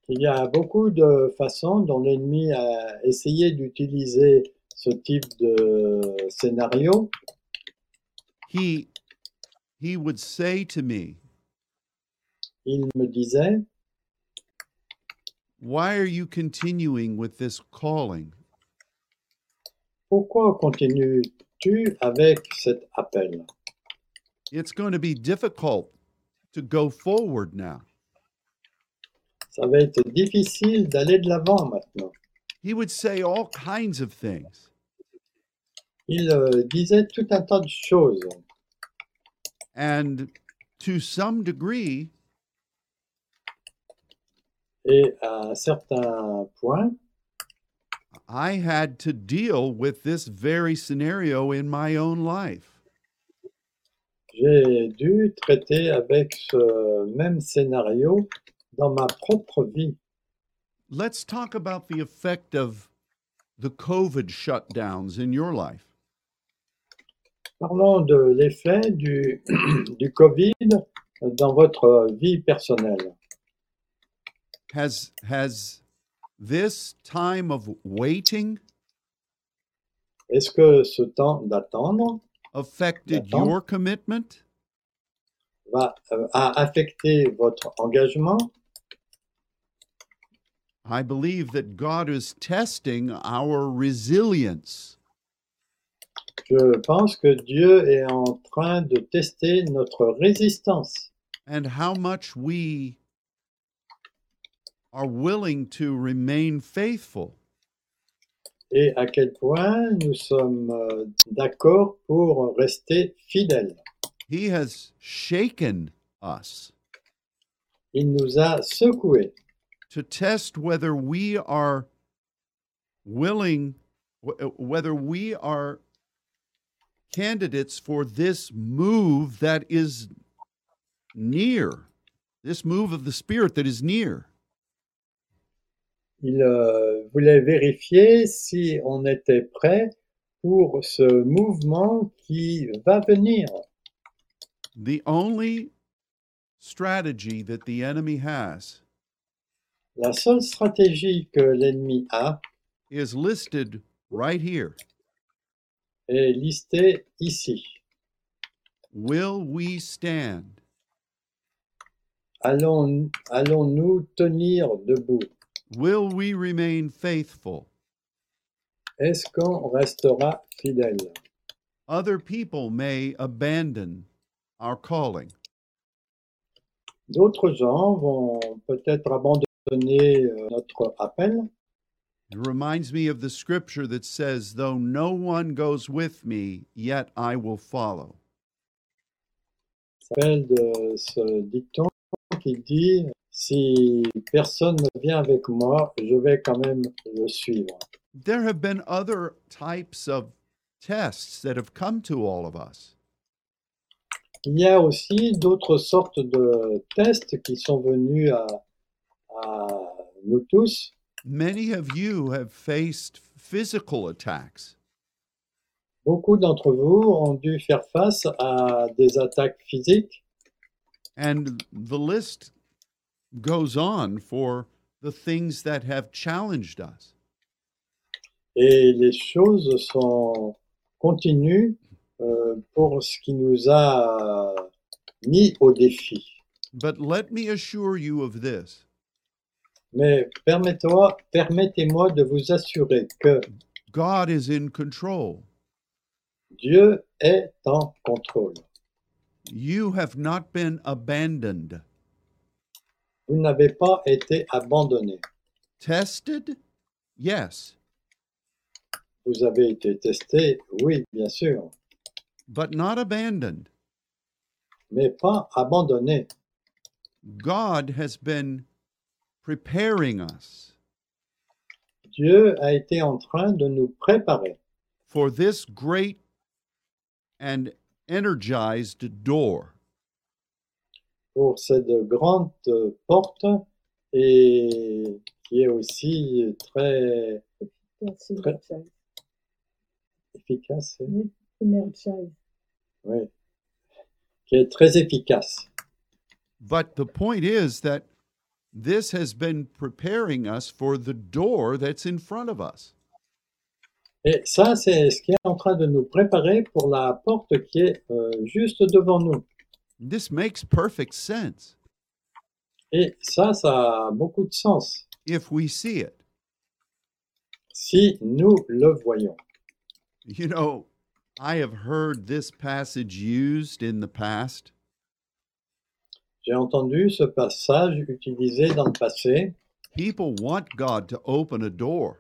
[SPEAKER 2] qu'il y a beaucoup de façons dont l'ennemi a essayé d'utiliser ce type de scénario.
[SPEAKER 1] he he would say to me
[SPEAKER 2] Il me disait,
[SPEAKER 1] why are you continuing with this calling
[SPEAKER 2] pourquoi continues-tu avec cet appel
[SPEAKER 1] it's going to be difficult to go forward now
[SPEAKER 2] Ça va être difficile d'aller de l'avant maintenant.
[SPEAKER 1] he would say all kinds of things
[SPEAKER 2] Il euh, disait tout un tas de choses.
[SPEAKER 1] And to some degree,
[SPEAKER 2] Et à certains points,
[SPEAKER 1] I had to deal with this very scenario in my own life.
[SPEAKER 2] j'ai dû traiter avec ce même scénario dans ma propre vie.
[SPEAKER 1] Let's talk about the effect of the COVID shutdowns in your life.
[SPEAKER 2] Parlons de l'effet du, du Covid dans votre vie personnelle.
[SPEAKER 1] Has has this time of waiting
[SPEAKER 2] Est-ce que ce temps d'attendre
[SPEAKER 1] affected
[SPEAKER 2] Attends.
[SPEAKER 1] your commitment?
[SPEAKER 2] va, euh, a affecté votre engagement
[SPEAKER 1] I believe that God is testing our resilience.
[SPEAKER 2] Je pense que Dieu est en train de tester notre résistance
[SPEAKER 1] and how much we are willing to remain faithful.
[SPEAKER 2] et à quel point nous sommes euh, d'accord pour rester fidèles.
[SPEAKER 1] He has shaken us
[SPEAKER 2] Il nous a secoués
[SPEAKER 1] to test whether we are willing wh- whether we are candidates for this move that is near, this move of the Spirit that is near.
[SPEAKER 2] Il euh, voulait vérifier si on était prêt pour ce mouvement qui va venir.
[SPEAKER 1] The only strategy that the enemy has
[SPEAKER 2] La seule stratégie que l'ennemi a
[SPEAKER 1] is listed right here.
[SPEAKER 2] est listée ici.
[SPEAKER 1] Will we stand?
[SPEAKER 2] Allons- Allons-nous tenir debout
[SPEAKER 1] Will we remain faithful?
[SPEAKER 2] Est-ce qu'on restera fidèle
[SPEAKER 1] Other people may abandon our calling.
[SPEAKER 2] D'autres gens vont peut-être abandonner euh, notre appel.
[SPEAKER 1] It reminds me of the scripture that says, Though no one goes with me, yet I will follow.
[SPEAKER 2] Ça s'appelle de ce dicton qui dit si personne ne vient avec moi, je vais quand même le suivre.
[SPEAKER 1] There have been other types of tests that have come to all of us.
[SPEAKER 2] Il y a aussi d'autres sortes de tests qui sont venus à, à nous tous.
[SPEAKER 1] Many of you have faced physical attacks.
[SPEAKER 2] Beaucoup d'entre vous ont dû faire face à des attaques physiques
[SPEAKER 1] And the list goes on for the things that have challenged us.
[SPEAKER 2] et les choses sont continues euh, pour ce qui nous a mis au défi.
[SPEAKER 1] But let me assure you of this
[SPEAKER 2] Mais permettez-moi permettez de vous assurer que
[SPEAKER 1] God is in control.
[SPEAKER 2] Dieu est en contrôle.
[SPEAKER 1] You have not been abandoned.
[SPEAKER 2] Vous n'avez pas été abandonné.
[SPEAKER 1] Tested? Yes,
[SPEAKER 2] Vous avez été testé, oui, bien sûr,
[SPEAKER 1] but not abandoned.
[SPEAKER 2] mais pas abandonné.
[SPEAKER 1] God has been preparing us
[SPEAKER 2] Dieu a été en train de nous préparer
[SPEAKER 1] for this great and energized door.
[SPEAKER 2] pour cette grande euh, porte et qui est aussi très
[SPEAKER 3] Merci,
[SPEAKER 2] Très-
[SPEAKER 3] Energize.
[SPEAKER 2] efficace, hein,
[SPEAKER 3] Oui, Energize.
[SPEAKER 2] oui, qui est très efficace.
[SPEAKER 1] But the point is that this has been preparing us for the door that's in front of us.
[SPEAKER 2] Et ça, c'est ce qui est en train de nous préparer pour la porte qui est euh, juste devant nous.
[SPEAKER 1] This makes perfect sense
[SPEAKER 2] Et ça, ça a beaucoup de sens
[SPEAKER 1] if we see it.
[SPEAKER 2] si nous le voyons.
[SPEAKER 1] You know, I have heard this passage used in the past,
[SPEAKER 2] J'ai entendu ce passage utilisé dans le passé.
[SPEAKER 1] People want God to open a door.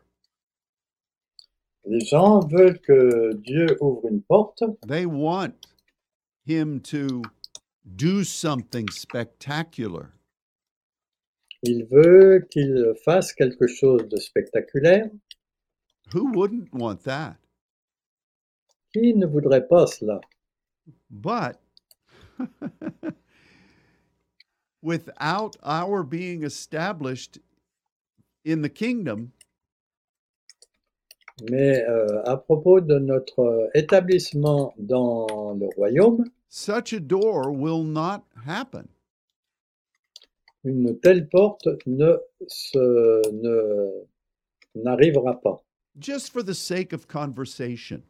[SPEAKER 2] Les gens veulent que Dieu ouvre une porte.
[SPEAKER 1] They want Him to do something spectacular.
[SPEAKER 2] Il veut qu'il fasse quelque chose de spectaculaire.
[SPEAKER 1] Who wouldn't want that?
[SPEAKER 2] Qui ne voudrait pas cela
[SPEAKER 1] But without our being established in the kingdom,
[SPEAKER 2] Mais euh, à propos de notre euh, établissement dans le royaume,
[SPEAKER 1] such a door will not happen.
[SPEAKER 2] une telle porte ne se- ne- n'arrivera pas.
[SPEAKER 1] Just for the sake of conversation,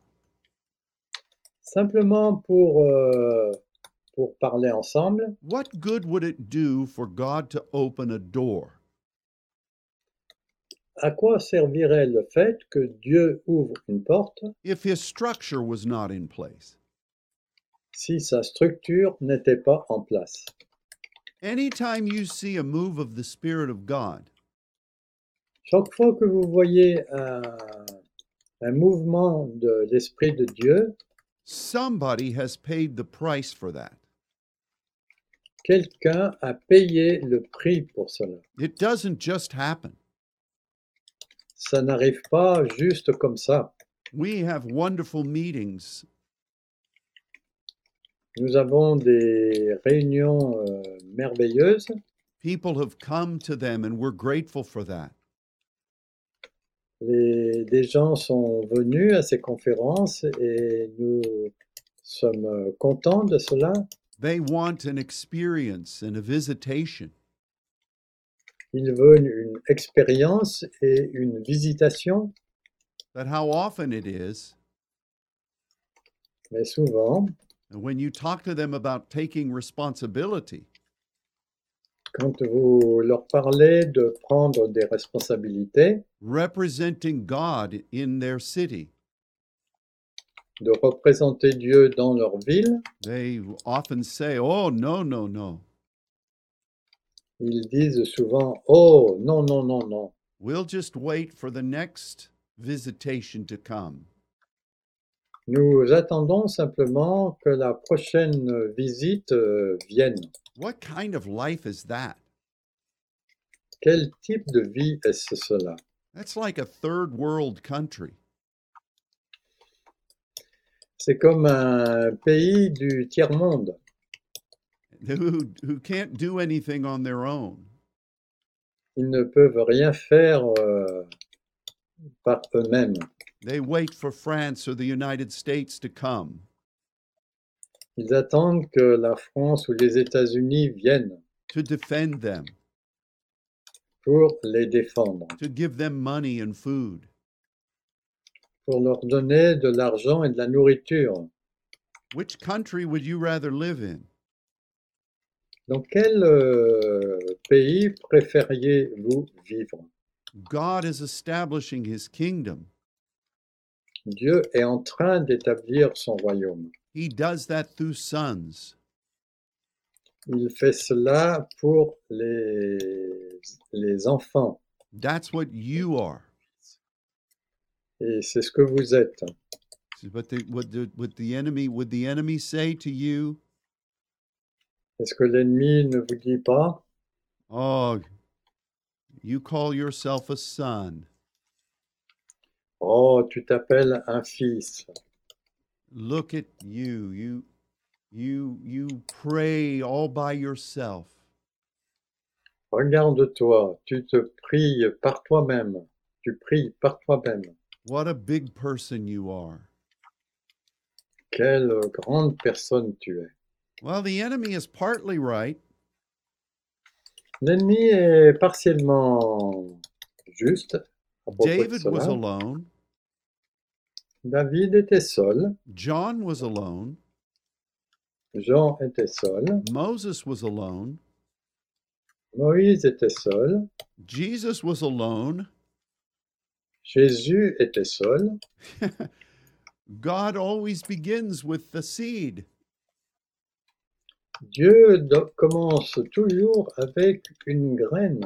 [SPEAKER 2] Simplement pour, euh, pour parler ensemble,
[SPEAKER 1] what good would it do for God to open a door
[SPEAKER 2] À quoi servirait le fait que Dieu ouvre une porte
[SPEAKER 1] if his structure was not in place?
[SPEAKER 2] si sa structure n'était pas en place
[SPEAKER 1] Anytime you see a move of the Spirit of God,
[SPEAKER 2] Chaque fois que vous voyez un, un mouvement de l'Esprit de Dieu,
[SPEAKER 1] somebody has paid the price for that.
[SPEAKER 2] quelqu'un a payé le prix pour cela.
[SPEAKER 1] It doesn't just happen.
[SPEAKER 2] Ça n'arrive pas juste comme ça.
[SPEAKER 1] We have wonderful meetings.
[SPEAKER 2] Nous avons des réunions euh, merveilleuses.
[SPEAKER 1] People have come to them, and we're grateful for that.
[SPEAKER 2] Les- des gens sont venus à ces conférences et nous sommes euh, contents de cela.
[SPEAKER 1] They want an experience and a visitation.
[SPEAKER 2] Ils veulent une expérience et une visitation,
[SPEAKER 1] But how often it is,
[SPEAKER 2] mais souvent,
[SPEAKER 1] and when you talk to them about taking responsibility,
[SPEAKER 2] quand vous leur parlez de prendre des responsabilités,
[SPEAKER 1] representing God in their city,
[SPEAKER 2] de représenter Dieu dans leur ville,
[SPEAKER 1] they often say, Oh, no, no, no.
[SPEAKER 2] ils disent souvent ⁇ Oh non, non, non, non,
[SPEAKER 1] We'll just wait for the next visitation to come.
[SPEAKER 2] nous attendons simplement que la prochaine visite euh, vienne.
[SPEAKER 1] What kind of life is that?
[SPEAKER 2] Quel type de vie est-ce cela
[SPEAKER 1] That's like a third world country.
[SPEAKER 2] C'est comme un pays du tiers-monde
[SPEAKER 1] who, who can't do anything on their own.
[SPEAKER 2] ils ne peuvent rien faire euh, par eux-mêmes.
[SPEAKER 1] They wait for France or the United States to come.
[SPEAKER 2] Ils attendent que la France ou les États-Unis viennent
[SPEAKER 1] to defend them,
[SPEAKER 2] pour les défendre,
[SPEAKER 1] to give them money and food.
[SPEAKER 2] pour leur donner de l'argent et de la nourriture.
[SPEAKER 1] Which country would you rather live in?
[SPEAKER 2] Dans quel euh, pays préfériez-vous vivre
[SPEAKER 1] God is establishing his kingdom.
[SPEAKER 2] Dieu est en train d'établir son royaume.
[SPEAKER 1] He does that through sons.
[SPEAKER 2] Il fait cela pour les, les enfants.
[SPEAKER 1] That's what you are.
[SPEAKER 2] Et c'est ce que vous êtes.
[SPEAKER 1] But the, would, the, would the enemy would the enemy say to you,
[SPEAKER 2] Est-ce que l'ennemi ne vous dit pas
[SPEAKER 1] "Oh, you call yourself a son.
[SPEAKER 2] Oh, tu t'appelles un fils.
[SPEAKER 1] Look at you. You you you pray all by yourself.
[SPEAKER 2] Regarde-toi, tu te pries par toi-même, tu pries par toi-même.
[SPEAKER 1] What a big person you are."
[SPEAKER 2] Quelle grande personne tu es.
[SPEAKER 1] Well, the enemy is partly right.
[SPEAKER 2] L'ennemi est partiellement juste. à propos de
[SPEAKER 1] David was
[SPEAKER 2] cela.
[SPEAKER 1] alone.
[SPEAKER 2] David était seul,
[SPEAKER 1] John was alone.
[SPEAKER 2] Jean était seul,
[SPEAKER 1] Moses was alone.
[SPEAKER 2] Moïse était seul,
[SPEAKER 1] Jesus was alone.
[SPEAKER 2] Jésus était seul.
[SPEAKER 1] God always begins with the seed.
[SPEAKER 2] Dieu do- commence toujours avec une graine.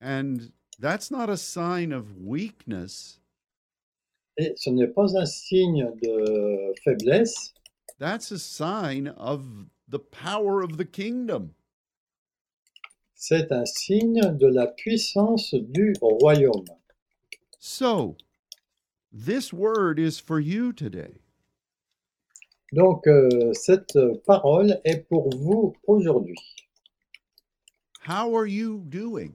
[SPEAKER 1] And that's not a sign of weakness.
[SPEAKER 2] Et ce n'est pas un signe de faiblesse,
[SPEAKER 1] That's a sign of the power of the kingdom.
[SPEAKER 2] c'est un signe de la puissance du royaume.
[SPEAKER 1] So, this word is for you today.
[SPEAKER 2] Donc, euh, cette parole est pour vous aujourd'hui.
[SPEAKER 1] How are you doing?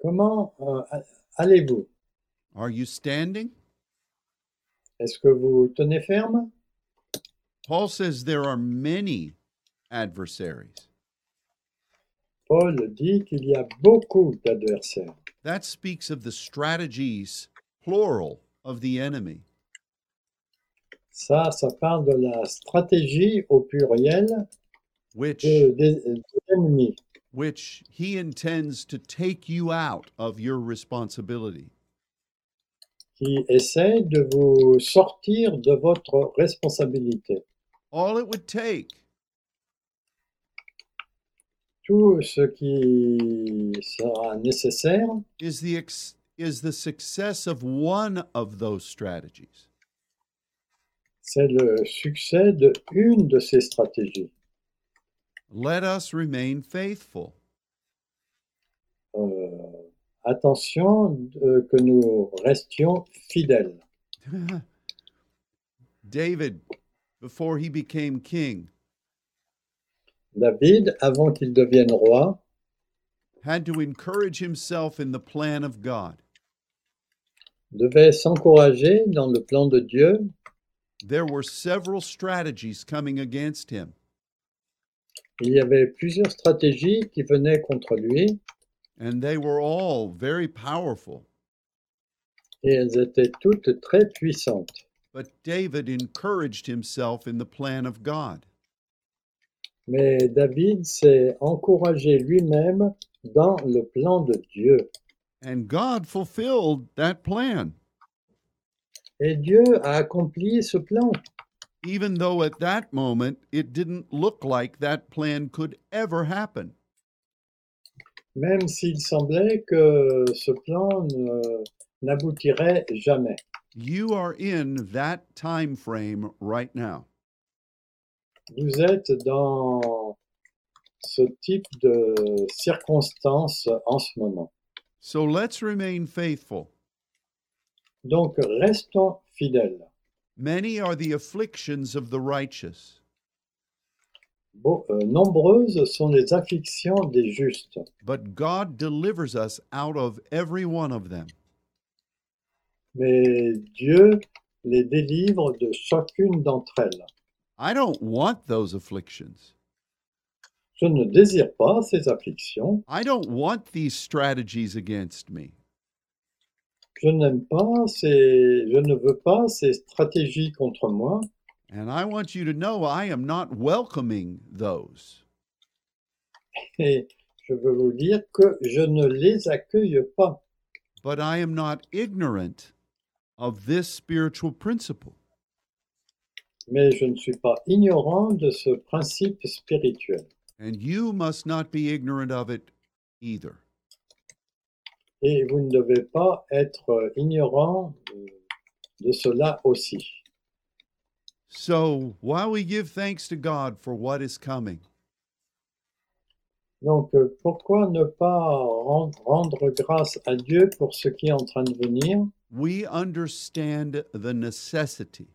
[SPEAKER 2] Comment euh, a- allez-vous
[SPEAKER 1] Are you standing?
[SPEAKER 2] Est-ce que vous tenez ferme
[SPEAKER 1] Paul says there are many adversaries.
[SPEAKER 2] Paul dit qu'il y a beaucoup d'adversaires.
[SPEAKER 1] That speaks of the strategies, plural, of the enemy.
[SPEAKER 2] Ça, ça parle de la stratégie au pluriel
[SPEAKER 1] which
[SPEAKER 2] de, des- de l'ennemi
[SPEAKER 1] which he intends to take you out of your responsibility.
[SPEAKER 2] qui essaie de vous sortir de votre responsabilité.
[SPEAKER 1] All it would take
[SPEAKER 2] Tout ce qui sera nécessaire,
[SPEAKER 1] is the ex- is the success of one of those strategies.
[SPEAKER 2] c'est le succès de une de ces stratégies.
[SPEAKER 1] Let us remain faithful.
[SPEAKER 2] Euh, Attention de- que nous restions fidèles.
[SPEAKER 1] David, before he became king,
[SPEAKER 2] David, avant qu'il devienne roi,
[SPEAKER 1] had to encourage himself in the plan of God.
[SPEAKER 2] devait s'encourager dans le plan de Dieu.
[SPEAKER 1] There were several strategies coming against him.
[SPEAKER 2] Il y avait plusieurs stratégies qui venaient contre lui
[SPEAKER 1] and they were all very powerful.
[SPEAKER 2] et elles étaient toutes très puissantes.
[SPEAKER 1] But David encouraged himself in the plan of God.
[SPEAKER 2] Mais David s'est encouragé lui-même dans le plan de Dieu.
[SPEAKER 1] And God fulfilled that plan,
[SPEAKER 2] Et Dieu a accompli ce plan,
[SPEAKER 1] even though at that moment it didn't look like that plan could ever happen.
[SPEAKER 2] même s'il semblait que ce plan ne- n'aboutirait jamais.
[SPEAKER 1] You are in that time frame right now.
[SPEAKER 2] Vous êtes dans ce type de circonstances en ce moment.
[SPEAKER 1] So let's remain faithful.
[SPEAKER 2] Donc restons fidèles.
[SPEAKER 1] Many are the afflictions of the righteous,
[SPEAKER 2] Bon, euh, nombreuses sont les afflictions des justes,
[SPEAKER 1] but God delivers us out of every one of them.
[SPEAKER 2] mais Dieu les délivre de chacune d'entre elles.
[SPEAKER 1] I don't want those afflictions.
[SPEAKER 2] Je ne désire pas ces afflictions,
[SPEAKER 1] I don't want these strategies against me.
[SPEAKER 2] je n'aime pas ces, je ne veux pas ces stratégies contre moi,
[SPEAKER 1] And I want you to know I am not welcoming those.
[SPEAKER 2] et je veux vous dire que je ne les accueille pas,
[SPEAKER 1] But I am not ignorant of this spiritual principle.
[SPEAKER 2] mais je ne suis pas ignorant de ce principe spirituel,
[SPEAKER 1] And you must not be ignorant of it either.
[SPEAKER 2] et vous ne devez pas être ignorant euh, de cela aussi.
[SPEAKER 1] So while we give thanks to God for what is coming,
[SPEAKER 2] Donc, euh, pourquoi ne pas ren- rendre grâce à Dieu pour ce qui est en train de venir
[SPEAKER 1] we understand the necessity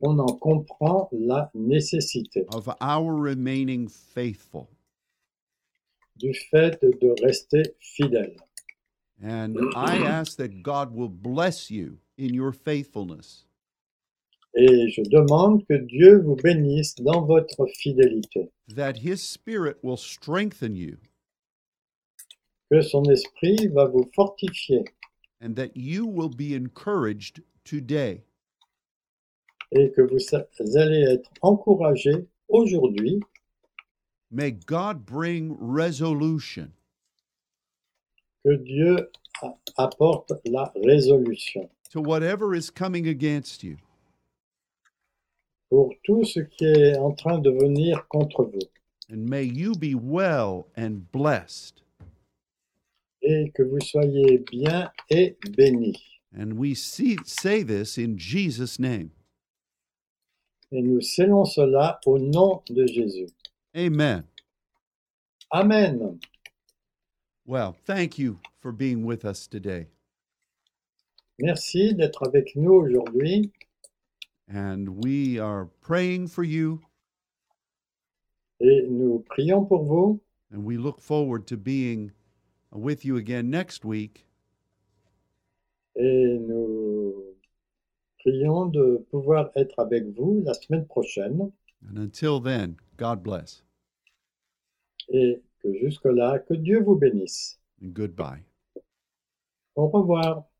[SPEAKER 2] On en comprend la nécessité
[SPEAKER 1] of our remaining faithful.
[SPEAKER 2] du fait de rester fidèle.
[SPEAKER 1] And I ask that God will bless you in your faithfulness.
[SPEAKER 2] Et je demande que Dieu vous bénisse dans votre fidélité,
[SPEAKER 1] that his spirit will strengthen you
[SPEAKER 2] que son esprit va vous fortifier
[SPEAKER 1] and that you will be encouraged today.
[SPEAKER 2] et que vous sa- allez être encouragés aujourd'hui.
[SPEAKER 1] May God bring resolution
[SPEAKER 2] Que Dieu a- apporte la résolution
[SPEAKER 1] to whatever is coming against you.
[SPEAKER 2] pour tout ce qui est en train de venir contre vous.
[SPEAKER 1] And may you be well and blessed.
[SPEAKER 2] et que vous soyez bien et bénis.
[SPEAKER 1] And we see, say this in Jesus' name.
[SPEAKER 2] Et nous scellons cela au nom de Jésus.
[SPEAKER 1] Amen.
[SPEAKER 2] Amen.
[SPEAKER 1] Well, thank you for being with us today.
[SPEAKER 2] Merci d'être avec nous aujourd'hui
[SPEAKER 1] And we are praying for you
[SPEAKER 2] et nous prions pour vous
[SPEAKER 1] and we look forward to being with you again next week.
[SPEAKER 2] et nous prions de pouvoir être avec vous la semaine prochaine
[SPEAKER 1] And until then, God bless.
[SPEAKER 2] et que jusque-là, que Dieu vous bénisse.
[SPEAKER 1] and goodbye.
[SPEAKER 2] Au revoir.